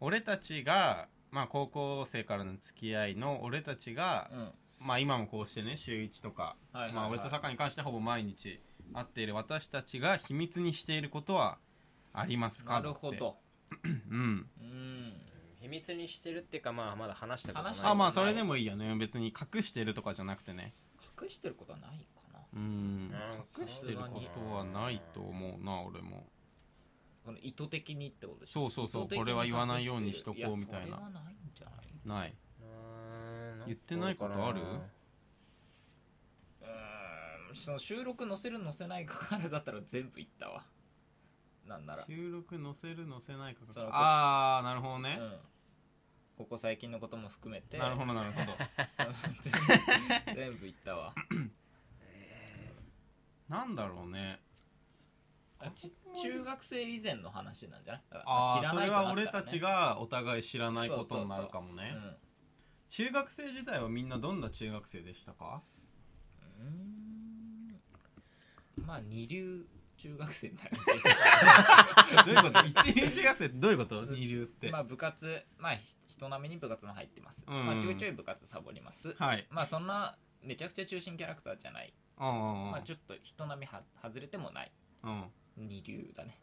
Speaker 3: 俺たちがまあ高校生からの付き合いの俺たちが
Speaker 2: あうん
Speaker 3: まあ今もこうしてね週1とか
Speaker 2: はいはいはい
Speaker 3: まあ俺と坂に関してはほぼ毎日会っている私たちが秘密にしていることはありますか
Speaker 2: なるほ
Speaker 3: だって
Speaker 2: ど
Speaker 3: うん
Speaker 2: うん
Speaker 1: 秘密にしてるっていうかまあまだ話したことない
Speaker 2: 話した
Speaker 3: あまあそれでもいいよね別に隠してるとかじゃなくてね
Speaker 2: 隠してることはないかな
Speaker 3: うん
Speaker 1: うん
Speaker 3: 隠してることはないと思うな俺も
Speaker 2: この意図的にってことでしょ
Speaker 3: そう
Speaker 2: 意
Speaker 3: そうそう
Speaker 2: 図的
Speaker 3: これは言わないようにしとこ
Speaker 2: や
Speaker 3: うみたい
Speaker 2: それは
Speaker 3: な
Speaker 2: ないんじゃない
Speaker 3: ないう
Speaker 1: ーん
Speaker 3: 言ってないことある
Speaker 2: うーんその収録載せる載せないかからだったら全部いったわなんなら、
Speaker 3: 収録載せる載せないか
Speaker 2: その
Speaker 3: ああなるほど
Speaker 2: う
Speaker 3: ね、
Speaker 2: ん、ここ最近のことも含めて
Speaker 3: なるほどなるほど
Speaker 2: 全部 全部いったわ
Speaker 3: なんだろうね
Speaker 2: あち中学生以前の話なんじゃない
Speaker 3: あ
Speaker 2: 知
Speaker 3: あ
Speaker 2: ら
Speaker 3: そ
Speaker 2: ない
Speaker 3: れ
Speaker 2: となった
Speaker 3: は
Speaker 2: らね
Speaker 3: 俺たちがお互い知らないことになるかもね
Speaker 2: うん
Speaker 3: 中学生時代はみんなどんな中学生でしたか
Speaker 2: うーんまあ二流中学生にな る
Speaker 3: どういうこと一流中学生ってどういうこと二流って、
Speaker 2: まあ部活まあひ人並みに部活も入ってます、
Speaker 3: うん
Speaker 2: まあちょいちょい部活サボります、
Speaker 3: はい
Speaker 2: まあそんなめちゃくちゃ中心キャラクターじゃない、
Speaker 3: うんうん
Speaker 2: まあちょっと人並みは外れてもない
Speaker 3: うんうん
Speaker 2: 二流だね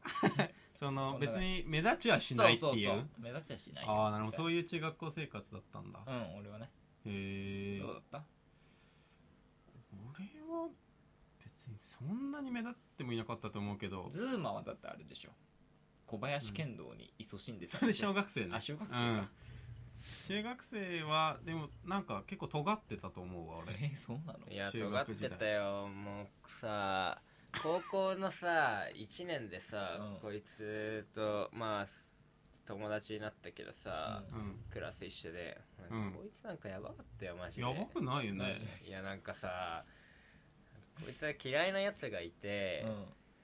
Speaker 3: その別に目立ちはしないってい
Speaker 2: そ
Speaker 3: う
Speaker 2: うそうそう目立ちはしない
Speaker 3: ああなるほどそう
Speaker 2: いう
Speaker 3: いう中学校生活だったんだ、
Speaker 2: うん俺はね
Speaker 3: へえ
Speaker 2: どうだった
Speaker 3: 俺は別にそんなに目立ってもいなかったと思うけど
Speaker 2: ズーマはだってあれでしょ小林剣道に勤しんでた
Speaker 3: それ小学生ね
Speaker 2: あ小学生
Speaker 3: う
Speaker 2: か
Speaker 3: ん、中学生はでもなんか結構尖ってたと思うわ俺
Speaker 2: えー、そうなの
Speaker 1: いや
Speaker 3: 中
Speaker 1: 尖っ
Speaker 3: 学時
Speaker 1: て
Speaker 3: 代
Speaker 1: たよもうさ高校のさ1 年でさ、
Speaker 2: うん
Speaker 1: こいつとまあ友達になったけどさ、
Speaker 2: う
Speaker 3: う
Speaker 1: クラス一緒で、
Speaker 3: うん
Speaker 1: こいつなんかやばかったよマジ
Speaker 3: ん
Speaker 1: で
Speaker 3: やばくないよね
Speaker 1: いやなんかさこいつは嫌いなやつがいて
Speaker 2: う、ん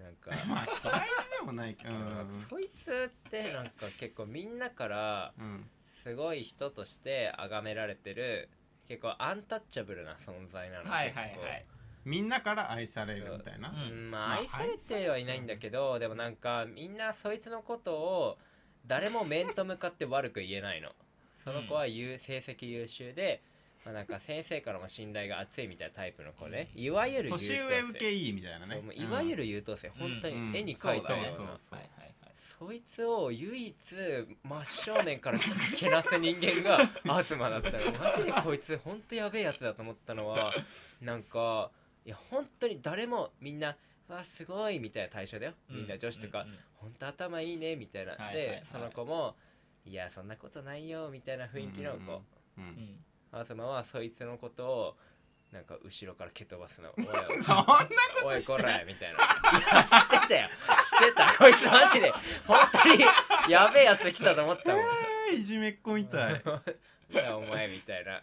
Speaker 1: なんか、
Speaker 3: まあ嫌いでもないけ どうん
Speaker 1: なんかそいつってなんか結構みんなから
Speaker 3: うん
Speaker 1: すごい人として崇められてる結構アンタッチャブルな存在なの
Speaker 2: はいはい
Speaker 1: 結構
Speaker 2: はい
Speaker 3: みんなから愛されるみたいな
Speaker 2: そううん
Speaker 1: うんま
Speaker 3: まあ
Speaker 1: あ愛されてはいないんだけど、でもなんかみんなそいつのことを誰も面と向かって悪く言えないのその子は優成績優秀で、まあ、なんか先生からも信頼が厚いみたいなタイプの子ねいわゆる優等
Speaker 3: 年
Speaker 1: 生
Speaker 3: 上受けいいみたいな
Speaker 1: そ
Speaker 3: ね
Speaker 1: うもういわゆ
Speaker 3: る
Speaker 1: る優等生、
Speaker 2: うん
Speaker 1: 本当
Speaker 3: うん
Speaker 1: に絵に描いたような、
Speaker 3: そうそうそう
Speaker 2: はいはいはい
Speaker 1: そいつを唯一真正面からけなす人間が 東だったのマジでこいつほんとやべえやつだと思ったの はなんかいや本当に誰もみんな「わあすごい」みたいな対象だよみんな女子とか
Speaker 2: うんうん
Speaker 1: 「ほんと頭いいね」みたいな
Speaker 2: はいはいはい
Speaker 1: でその子も「いやそんなことないよ」みたいな雰囲気の
Speaker 3: うんうんう
Speaker 1: 子
Speaker 3: ん
Speaker 2: う
Speaker 3: う
Speaker 2: ん
Speaker 3: ん
Speaker 1: 東はそいつのことをなんか後ろから蹴飛ばす の「おいおい
Speaker 3: そんなこ
Speaker 1: おいこらみたいな。いや、してたよ。してた。こいつマジで、本当に、やべえやつ来たと思ったもん。
Speaker 3: といじめっ子みたい
Speaker 1: いや、お前みたいな。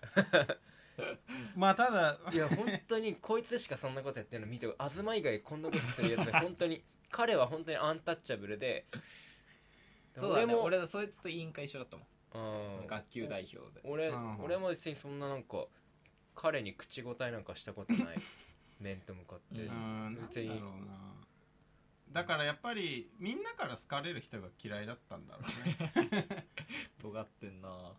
Speaker 3: まあただ
Speaker 1: いや、本当に、こいつしかそんなことやってるの見て、東以外こんなことするやつ、本当に、彼は本当にアンタッチャブルで、
Speaker 2: そうだね
Speaker 1: 俺も
Speaker 2: 俺はそいつと委員会一緒だったも
Speaker 1: うん
Speaker 2: ん学級代表で
Speaker 1: 俺
Speaker 3: うん
Speaker 1: 俺も別にそんななんか、彼に口答えなんかしたことない。面と向かって。
Speaker 2: う
Speaker 3: うんんなんだ
Speaker 1: 別
Speaker 3: ろう
Speaker 1: に
Speaker 3: なだからやっぱりみんなから好かれる人が嫌いだったんだろ うね
Speaker 2: 尖ってんな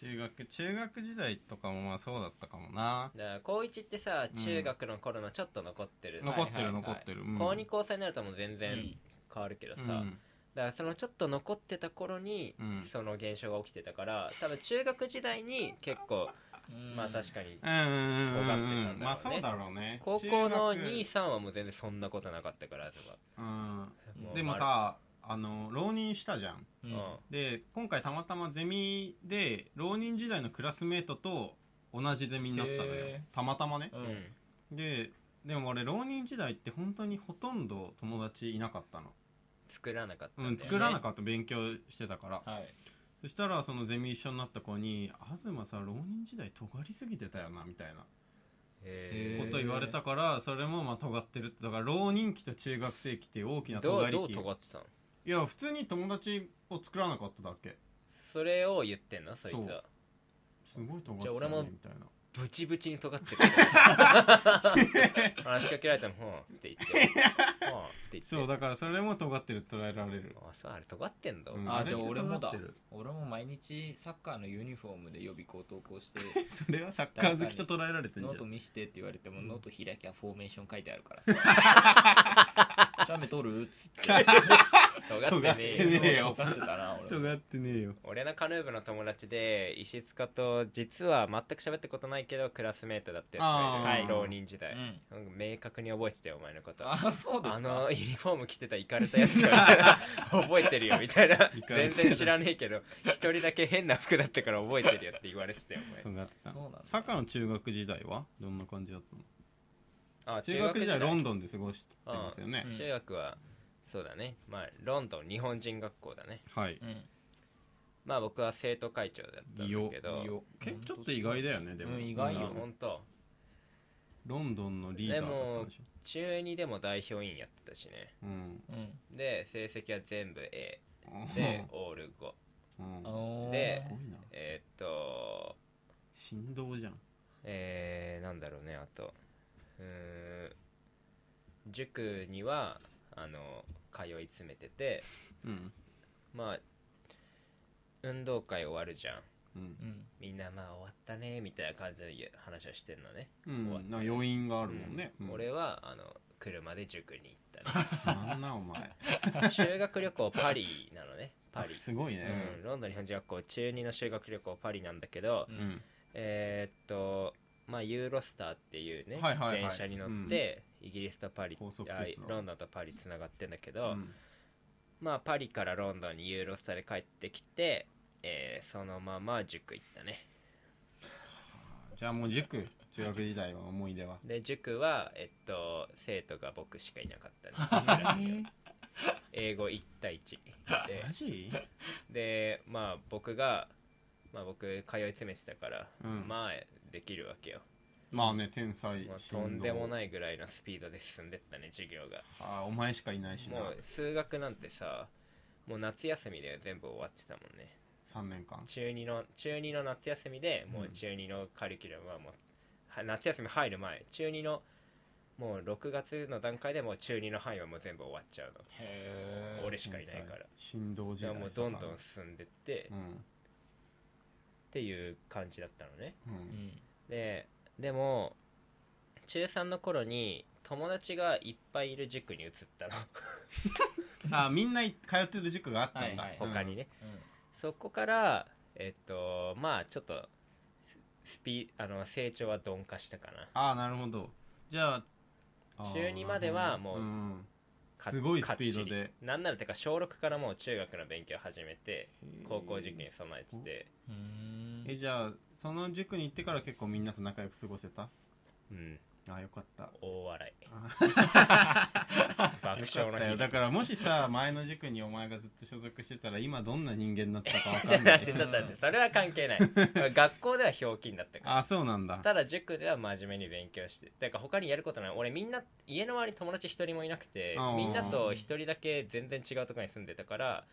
Speaker 3: 中学中学時代とかもまあそうだったかもな
Speaker 1: だから高一ってさ
Speaker 3: うん
Speaker 1: 中学の頃のちょっと残ってる、
Speaker 2: はい
Speaker 3: 残って
Speaker 2: は
Speaker 3: る
Speaker 2: いはい
Speaker 3: 残ってる
Speaker 1: 高2高3になるともう全然変わるけどさ、
Speaker 3: うん
Speaker 1: だからそのちょっと残ってた頃に、
Speaker 3: うん
Speaker 1: その現象が起きてたから多分中学時代に結構まあ確
Speaker 2: か
Speaker 1: かに
Speaker 3: うんうんうん
Speaker 1: 尖ってたんだろう
Speaker 3: う
Speaker 1: んね
Speaker 3: まあそうだろうね
Speaker 1: 高校の
Speaker 3: 中学
Speaker 1: 23はもう全然そんなことなかったからとか
Speaker 3: うんでもさあの浪人したじゃん
Speaker 1: うん、
Speaker 3: で今回たまたまゼミで浪人時代のクラスメートと同じゼミになったのよ
Speaker 2: へ
Speaker 3: たまたまね
Speaker 1: うん
Speaker 3: ででも俺浪人時代って本当にほとんど友達いなかったの
Speaker 1: 作らなかったんだ
Speaker 3: う
Speaker 1: よ、ね
Speaker 3: ん作らなかった勉強してたから
Speaker 2: はい
Speaker 3: そしたらそのゼミ一緒になった子に「東さ浪人時代尖りすぎてたよな」みたいな
Speaker 1: へ
Speaker 3: こ
Speaker 1: ー
Speaker 3: と言われたからそれもまあ尖ってるってだから浪人期と中学生期っていう大きな
Speaker 1: ど
Speaker 3: 尖
Speaker 1: う
Speaker 3: り
Speaker 1: どう
Speaker 3: 期
Speaker 1: 尖ってたの
Speaker 3: いや普通に友達を作らなかっただけ
Speaker 1: それを言ってんのそいつは
Speaker 3: すごい尖って
Speaker 1: じゃあ
Speaker 3: たね
Speaker 1: 俺も
Speaker 3: みたいな
Speaker 1: ブチブチに尖 ってる話しかけられても「ほん」って言 って「ほん」って言って
Speaker 3: そうだからそれも尖ってると捉えられる
Speaker 1: あそうあれ尖ってんだ、
Speaker 3: うん
Speaker 2: あ
Speaker 3: あれ
Speaker 2: でも俺もだ
Speaker 3: 尖ってる
Speaker 2: 俺も毎日サッカーのユニフォームで予備校登校して
Speaker 3: それはサッカー好きと捉えられてんじゃ
Speaker 2: ノ
Speaker 3: ん
Speaker 2: ート
Speaker 3: い
Speaker 2: 見してって言われてもノート開きゃフォーメーション書いてあるからさ 写メ撮るっつって
Speaker 1: 尖ってねえ
Speaker 3: 尖ってね
Speaker 1: よ
Speaker 3: えよ
Speaker 2: 尖ってたな俺も
Speaker 3: 尖ってねえよ
Speaker 1: 俺のカヌー部の友達で石塚と実は全く喋ったことないけどクラスメートだってやつ
Speaker 3: あ
Speaker 2: ー
Speaker 1: がい
Speaker 2: はい
Speaker 1: る浪人時代
Speaker 2: う、ん
Speaker 1: うん明確に覚えてたよお前のことあ
Speaker 2: あそうですか
Speaker 1: のユニフォーム着てたイカれたやつが 覚えてるよみたいな
Speaker 3: イカ
Speaker 1: 全
Speaker 3: れてる
Speaker 1: 然知らねえけど一人だけ変な服だったから覚えてるよって言われてたよお前
Speaker 3: 尖ってた
Speaker 2: そうなんだ
Speaker 3: サッカーの中学時代はどんな感じだったの
Speaker 1: あ
Speaker 3: 中学時代ロンドンで過ごしてますよね
Speaker 2: うん
Speaker 1: 中学はそうだねまあロンドン日本人学校だね
Speaker 3: はい
Speaker 2: うん
Speaker 1: まあ僕は生徒会長だったんだけど
Speaker 2: いいよ
Speaker 3: けちょっと意外だよねでも、
Speaker 2: うん意外
Speaker 1: あ
Speaker 2: よ
Speaker 1: 本当
Speaker 3: ロンドンのリーダーだったんでしょ
Speaker 1: 中2でも代表員やってたしね
Speaker 3: うん
Speaker 2: うん
Speaker 1: で成績は全部 A で
Speaker 3: で、
Speaker 1: オール5
Speaker 3: うん、
Speaker 2: あ
Speaker 3: す
Speaker 2: のー
Speaker 1: です
Speaker 3: ごいな
Speaker 1: えーっと
Speaker 3: 振動じゃん
Speaker 1: えー、なんだろうねあとうーん塾にはあの通い詰めてて
Speaker 3: うん
Speaker 1: まあ運動会終わるじゃん
Speaker 3: うん
Speaker 2: うん
Speaker 1: みんなまあ終わったねみたいな感じの話をしてんのね、
Speaker 3: うん、なんか余韻があるもんね、うん、
Speaker 1: 俺はあの車で塾に行 ったね
Speaker 3: つまんなお前
Speaker 1: 修学旅行パリなのねパリ
Speaker 3: すごいね
Speaker 1: うん、ロンドン日本人学校中2の修学旅行パリなんだけど、
Speaker 2: う
Speaker 3: うんん
Speaker 1: えーっとまあ、ユーロスターっていうね、
Speaker 3: はいはいはい
Speaker 1: 電車に乗って、イギリスとパリ
Speaker 3: 高速鉄
Speaker 1: あ
Speaker 3: 道
Speaker 1: ロンドンとパリつながってんだけ
Speaker 3: う
Speaker 1: ど、
Speaker 3: ん
Speaker 1: まあ、パリからロンドンにユーロスターで帰ってきて、えーそのまま塾行ったね
Speaker 3: じゃあもう塾中学時代の思い出は
Speaker 1: で塾は、えっと、生徒が僕しかいなかったね 英語1対1で
Speaker 3: マジ
Speaker 1: でまあ僕が、まあ、僕通い詰めてたから、
Speaker 3: うん
Speaker 1: まあできるわけよ、
Speaker 3: まあね天才
Speaker 1: まあ、とんでも
Speaker 3: い
Speaker 1: ないぐらいのスピードで進んでったね授業が
Speaker 3: あーお前しかいないしな
Speaker 1: もう数学なんてさもう夏休みで全部終わってたもんね
Speaker 3: 3年間
Speaker 1: 中2の中二の夏休みでもう中2のカリキュラムはもうは夏休み入る前中2のもう6月の段階でもう中2の範囲はもう全部終わっちゃう
Speaker 2: へ
Speaker 1: の俺しかいないから
Speaker 3: 振動時
Speaker 1: じゃ
Speaker 3: 代
Speaker 1: あもうどんどん進んでって、っ
Speaker 3: うん
Speaker 1: ていう感じだったのね
Speaker 3: う
Speaker 2: うんん
Speaker 1: ででも中3の頃に友達がいっぱいいる塾に移ったの
Speaker 3: あみんな通ってる塾があったんだ
Speaker 2: はいはい
Speaker 1: 他にね、
Speaker 2: うん
Speaker 1: そこからえっとまあちょっとスピあの成長は鈍化したかな
Speaker 3: ああなるほどじゃああー
Speaker 1: 中二まではもうんか
Speaker 3: すごいスピード
Speaker 1: かっ
Speaker 3: で
Speaker 1: ちりなんならてか小6からもう中学の勉強始めて高校受験に備えてて
Speaker 2: うーん
Speaker 3: えじゃあその塾に行ってから結構みんなと仲良く過ごせた
Speaker 1: うん
Speaker 3: あーよかった
Speaker 1: 大笑い爆笑の
Speaker 3: あーよかったよ
Speaker 1: 日
Speaker 3: だからもしさ前の塾にお前がずっと所属してたら今どんな人間になったかわ
Speaker 1: ちょ
Speaker 3: か
Speaker 1: っと待っ
Speaker 3: んな
Speaker 1: て
Speaker 3: い
Speaker 1: ちょっと待ってそれは関係ない 学校ではひょうきんだったから
Speaker 3: あそうなんだ
Speaker 1: ただ塾では真面目に勉強してだから他にやることない俺みんな家の周りに友達一人もいなくて
Speaker 3: あー
Speaker 1: みんなと一人だけ全然違うところに住んでたから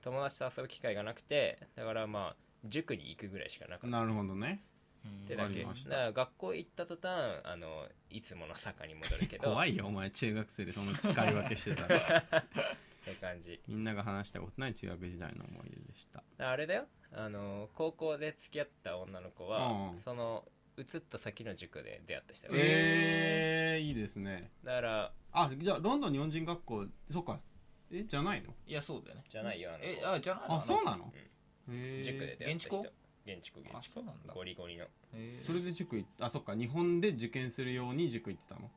Speaker 1: 友達と遊ぶ機会がなくてだからまあ塾に行くぐらいしかなかった
Speaker 3: なるほどね
Speaker 1: っ
Speaker 2: う
Speaker 1: て
Speaker 2: ん
Speaker 1: だ
Speaker 3: わか
Speaker 1: け
Speaker 3: り
Speaker 1: だ
Speaker 3: ました
Speaker 1: から学校行った途端あのいつもの坂に戻るけど
Speaker 3: 怖いよお前中学生でその使い分けしてたら
Speaker 1: って感じ
Speaker 3: みんなが話したことない中学時代の思い出でした
Speaker 1: あれだよあの高校で付き合った女の子は、
Speaker 3: うんうん
Speaker 1: その移った先の塾で出会った人だから
Speaker 3: えー、いいですね
Speaker 1: だから
Speaker 3: あじゃあロンドン日本人学校そっかえじゃないの
Speaker 2: いやそうだよね
Speaker 1: じゃないよあの
Speaker 2: えあじゃない
Speaker 3: あそうなの、へー
Speaker 1: 塾で出会った人
Speaker 2: 現地
Speaker 1: 現地校現
Speaker 2: あ
Speaker 1: 地
Speaker 2: そうなんだ
Speaker 1: 校ゴリゴリの
Speaker 2: へー
Speaker 3: それで塾行ったあそっか日本で受験するように塾行ってたの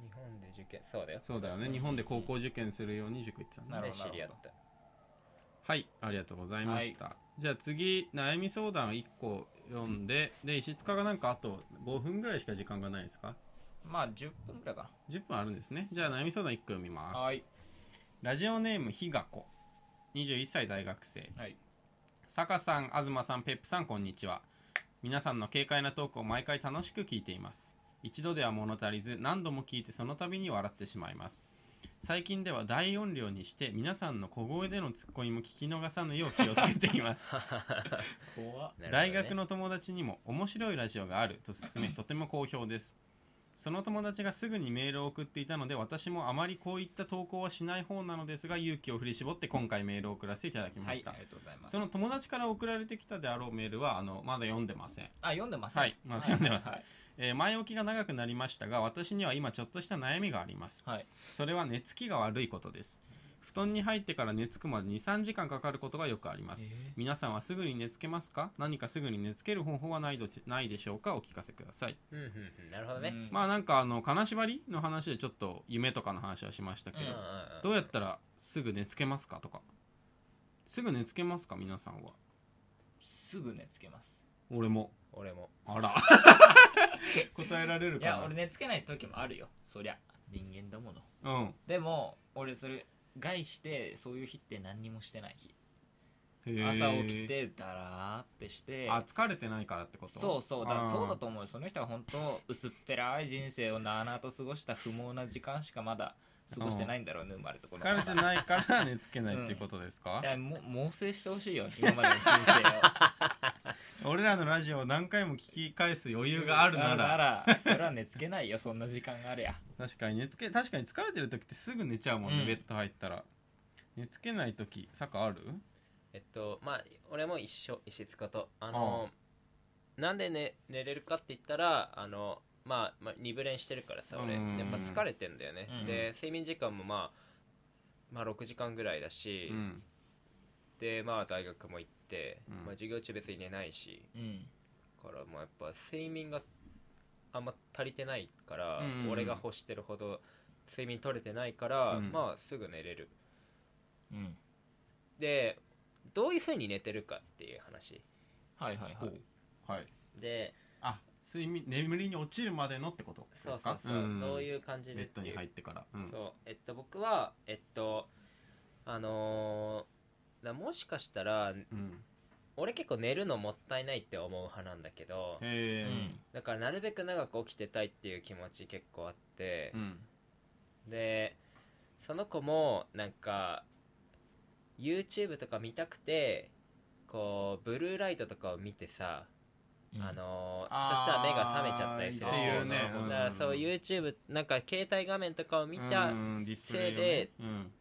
Speaker 1: 日本で受験そうだよ
Speaker 3: そうだよね
Speaker 1: そ
Speaker 3: 日本で高校受験するように塾行ってたの
Speaker 2: なる
Speaker 1: で
Speaker 2: ほど
Speaker 1: 知り合った
Speaker 3: はいありがとうございました、じゃあ次悩み相談1個読んでで石塚がなんかあと5分ぐらいしか時間がないですか
Speaker 2: まあ10分ぐらいか
Speaker 3: 10分あるんですねじゃあ悩み相談1個読みます
Speaker 2: なはい
Speaker 3: ラジオネームひがこ21歳大学生
Speaker 2: はい
Speaker 3: 坂さん東さんペップさんこんにちは皆さんの軽快なトークを毎回楽しく聞いています一度では物足りず何度も聞いてその度に笑ってしまいます最近では大音量にして皆さんの小声でのツッコミも聞き逃さぬよう気をつけています
Speaker 1: なる
Speaker 2: 怖っ
Speaker 1: ほどね
Speaker 3: 大学の友達にも面白いラジオがあると勧めとても好評ですその友達がすぐにメールを送っていたので私もあまりこういった投稿はしない方なのですが勇気を振り絞って今回メールを送らせていただきま
Speaker 2: は
Speaker 3: し
Speaker 2: い
Speaker 3: た、
Speaker 2: ありがとうございます
Speaker 3: その友達から送られてきたであろうメールはあのまだ読んでません、
Speaker 2: あ読んでます
Speaker 3: はいまあ読んでます
Speaker 2: はい
Speaker 3: えー前置きが長くなりましたが私には今ちょっとした悩みがあります
Speaker 2: はい
Speaker 3: それは寝つきが悪いことです布団に入ってから寝つくまで23時間かかることがよくあります皆さんはすぐに寝つけますか何かすぐに寝つける方法はないどないでしょうかお聞かせください、
Speaker 1: うんうんうんなるほどね、うん
Speaker 3: まあなんかあの金縛りの話でちょっと夢とかの話はしましたけど、
Speaker 2: うん
Speaker 1: うん
Speaker 3: どうやったらすぐ寝つけますかとかすぐ寝つけますか皆さんは
Speaker 2: すぐ寝つけます
Speaker 3: 俺も
Speaker 1: 俺も
Speaker 3: あら 答えられる
Speaker 2: い
Speaker 3: かな
Speaker 2: や俺寝つけない時もあるよそりゃ人間だもの
Speaker 3: うん
Speaker 2: でも俺それ害してそういう日って何にもしてない日
Speaker 3: へー
Speaker 2: 朝起きてダラーってして
Speaker 3: あ疲れてないからってこと
Speaker 2: そうそうだ
Speaker 3: あー
Speaker 2: そうだと思うよその人は本当薄っぺらい人生をなあなあと過ごした不毛な時間しかまだ過ごしてないんだろうね生まれた頃
Speaker 3: 疲れてないから寝つけないっていうことですか
Speaker 2: い、やも猛省してほしいよ今までの人 生を
Speaker 3: 俺らのラジオを何回も聞き返す余裕があるなら
Speaker 2: らそれは寝つけないよそんな時間があるや
Speaker 3: 確かに寝つけ確かに疲れてる時ってすぐ寝ちゃうもんね、
Speaker 2: うん
Speaker 3: ベッド入ったら寝つけない時坂ある
Speaker 1: えっとまあ俺も一緒石塚とあのなんで、ね、寝れるかって言ったらあのまあ、まあ、二部練してるからさ俺
Speaker 3: うん
Speaker 1: やっぱ疲れてんだよね、
Speaker 2: うん
Speaker 1: で睡眠時間もまあまあ6時間ぐらいだし、
Speaker 3: うん
Speaker 1: でまあ大学も行って、
Speaker 3: うん
Speaker 1: まあ、授業中別に寝ないし
Speaker 2: うん
Speaker 1: からまあやっぱ睡眠があんま足りてないから、
Speaker 3: うんうん
Speaker 1: 俺が欲してるほど睡眠取れてないから、
Speaker 3: うん
Speaker 1: まあすぐ寝れる
Speaker 2: うん
Speaker 1: でどういうふうに寝てるかっていう話
Speaker 2: はいはい
Speaker 3: ほ
Speaker 2: は
Speaker 3: う
Speaker 2: い
Speaker 3: はい
Speaker 1: で
Speaker 3: あ睡眠眠りに落ちるまでのってことです
Speaker 1: そ
Speaker 3: か
Speaker 1: うそうそう、どう
Speaker 3: う
Speaker 1: いう感じ
Speaker 3: ん
Speaker 1: で
Speaker 3: ベ
Speaker 1: っ
Speaker 3: ッド
Speaker 1: てい
Speaker 3: に
Speaker 1: う
Speaker 3: 入ってから、うん
Speaker 1: そうえっと僕はえっとあのーだもしかしたら
Speaker 3: うん
Speaker 1: 俺結構寝るのもったいないって思う派なんだけど
Speaker 3: へえ
Speaker 1: だからなるべく長く起きてたいっていう気持ち結構あって
Speaker 3: う、ん
Speaker 1: でその子もなんか YouTube とか見たくてこうブルーライトとかを見てさ、
Speaker 2: うん
Speaker 1: あの
Speaker 3: あー
Speaker 1: ーそしたら目が覚めちゃったりする
Speaker 2: ってい
Speaker 1: そう
Speaker 2: うね
Speaker 1: そう
Speaker 2: うん
Speaker 1: だからそう YouTube なんか携帯画面とかを見た、
Speaker 3: うんディスプ
Speaker 1: せ
Speaker 3: レ
Speaker 1: い
Speaker 3: イ
Speaker 1: で
Speaker 3: をねうん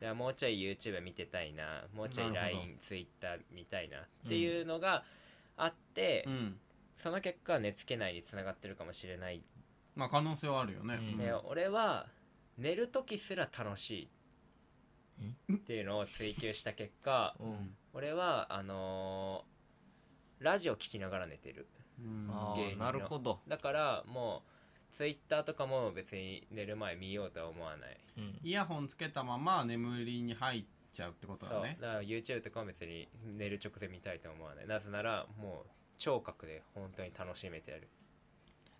Speaker 1: いやもうちょい YouTube 見てたいなもうちょい
Speaker 3: なるほど
Speaker 1: LINETwitter 見たいなっていうのがあって、
Speaker 3: うん
Speaker 1: その結果寝つけないにつながってるかもしれない、
Speaker 3: まあ可能性はあるよね、
Speaker 2: うん
Speaker 1: で俺は寝る時すら楽しいっていうのを追求した結果
Speaker 2: うん
Speaker 1: 俺はあのーラジオ聞きながら寝てる
Speaker 3: うん
Speaker 2: あ
Speaker 1: 芸
Speaker 2: ー
Speaker 1: 人の
Speaker 2: なるほど
Speaker 1: だからもう Twitter とかも別に寝る前見ようとは思わない
Speaker 2: うん
Speaker 3: イヤホンつけたまま眠りに入っちゃうってこと
Speaker 1: そう
Speaker 3: だね
Speaker 1: だから YouTube とかは別に寝る直前見たいとは思わないなぜならもう聴覚で本当に楽しめてやる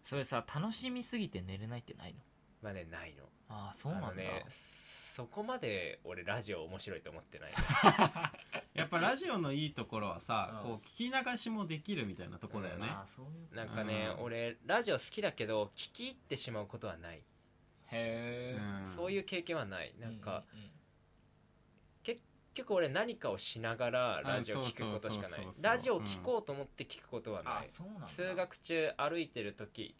Speaker 2: それさ楽しみすぎて寝れないってないの
Speaker 1: まあねないの
Speaker 2: ああそうなん
Speaker 1: あ
Speaker 2: だ
Speaker 1: のねそこまで俺ラジオ面白いと思ってない
Speaker 3: やっぱラジオのいいところはさ、
Speaker 2: うん
Speaker 3: こう聞き流しもできるみたいなところだよね、
Speaker 2: ああそういうこと
Speaker 1: なんかね
Speaker 3: うん
Speaker 1: 俺ラジオ好きだけど聞き入ってしまうことはない、
Speaker 2: へえ
Speaker 1: そう
Speaker 3: う
Speaker 1: いう経験はないなんか、
Speaker 2: うんうんうん
Speaker 1: 結局俺何かをしながらラジオ聞くことしかな
Speaker 3: あ
Speaker 1: い
Speaker 3: そうそうそうそうそう
Speaker 1: ラジオ聞こうと思って聞くことはな
Speaker 2: あ
Speaker 1: い、
Speaker 2: そうなんだ
Speaker 1: 通学中歩いてる時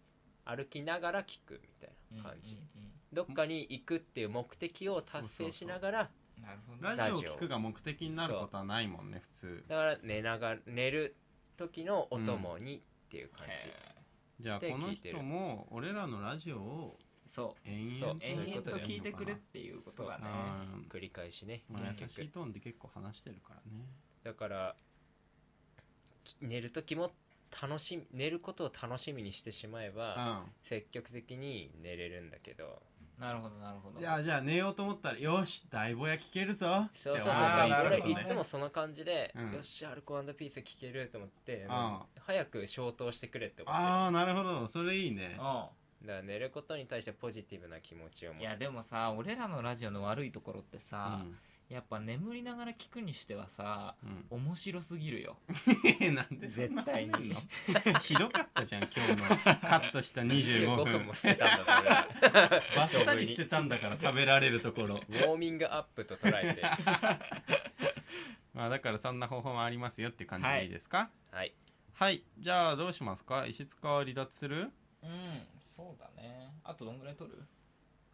Speaker 1: 歩きながら聞くみたいな感じ、
Speaker 2: うんうん
Speaker 1: どっかに行くっていう目的を達成しながら
Speaker 2: うんなるほどね
Speaker 3: ラジオを聞くが目的になることはないもんね普通
Speaker 1: だから寝ながら寝る時のお供にっていう感じ、
Speaker 2: へ
Speaker 3: じゃあ
Speaker 1: で
Speaker 3: この
Speaker 1: 聞いてる
Speaker 3: 人も俺らのラジオを
Speaker 2: ーそ
Speaker 3: 延
Speaker 1: そう
Speaker 3: 々
Speaker 2: う延
Speaker 1: そういう
Speaker 2: 々
Speaker 1: ことだよ
Speaker 2: 聞いてくれっ
Speaker 3: ね
Speaker 2: ていうことがね
Speaker 1: 繰り返しね
Speaker 3: まあ、優
Speaker 1: 結
Speaker 3: しい
Speaker 1: 局
Speaker 3: トーンで結構話してるからね
Speaker 1: だからき寝る時も楽しみ寝ることを楽しみにしてしまえば積極的に寝れるんだけど
Speaker 2: なるほどなるほ
Speaker 3: う
Speaker 2: ど
Speaker 3: んいやじゃあ寝ようと思ったらよし大ぼや聞けるぞって
Speaker 1: そうそうそうそ
Speaker 3: 思
Speaker 1: うう
Speaker 2: あーなる
Speaker 1: 俺
Speaker 2: ほど
Speaker 1: い
Speaker 2: ね
Speaker 1: つもその感じで、
Speaker 3: うん
Speaker 1: よっしゃアルコピース聴けると思って、
Speaker 3: あ
Speaker 1: 早く消灯してくれって思ってる
Speaker 3: ああなるほどそれいいね
Speaker 1: だから寝ることに対してポジティブな気持ちを
Speaker 2: うん
Speaker 1: 持
Speaker 2: いやでもさ俺らのラジオの悪いところってさ、やっぱ眠りながら聞くにしてはさ
Speaker 3: うん うん
Speaker 2: 面白すぎるよ
Speaker 3: なんでそんな
Speaker 2: 絶対に
Speaker 3: 話 ひどかったじゃん今日のカットした25
Speaker 1: 25
Speaker 3: 分
Speaker 1: 分も捨てたん だこ
Speaker 3: バッサリ捨てたんだから食べられるところ
Speaker 1: れウォーミングアップと捉えて
Speaker 3: まあだからそんな方法もありますよっていう感じでいいですか
Speaker 1: はい
Speaker 3: はい、じゃあどうしますか石塚は離脱する
Speaker 2: うんそうだねあとどんぐらい取る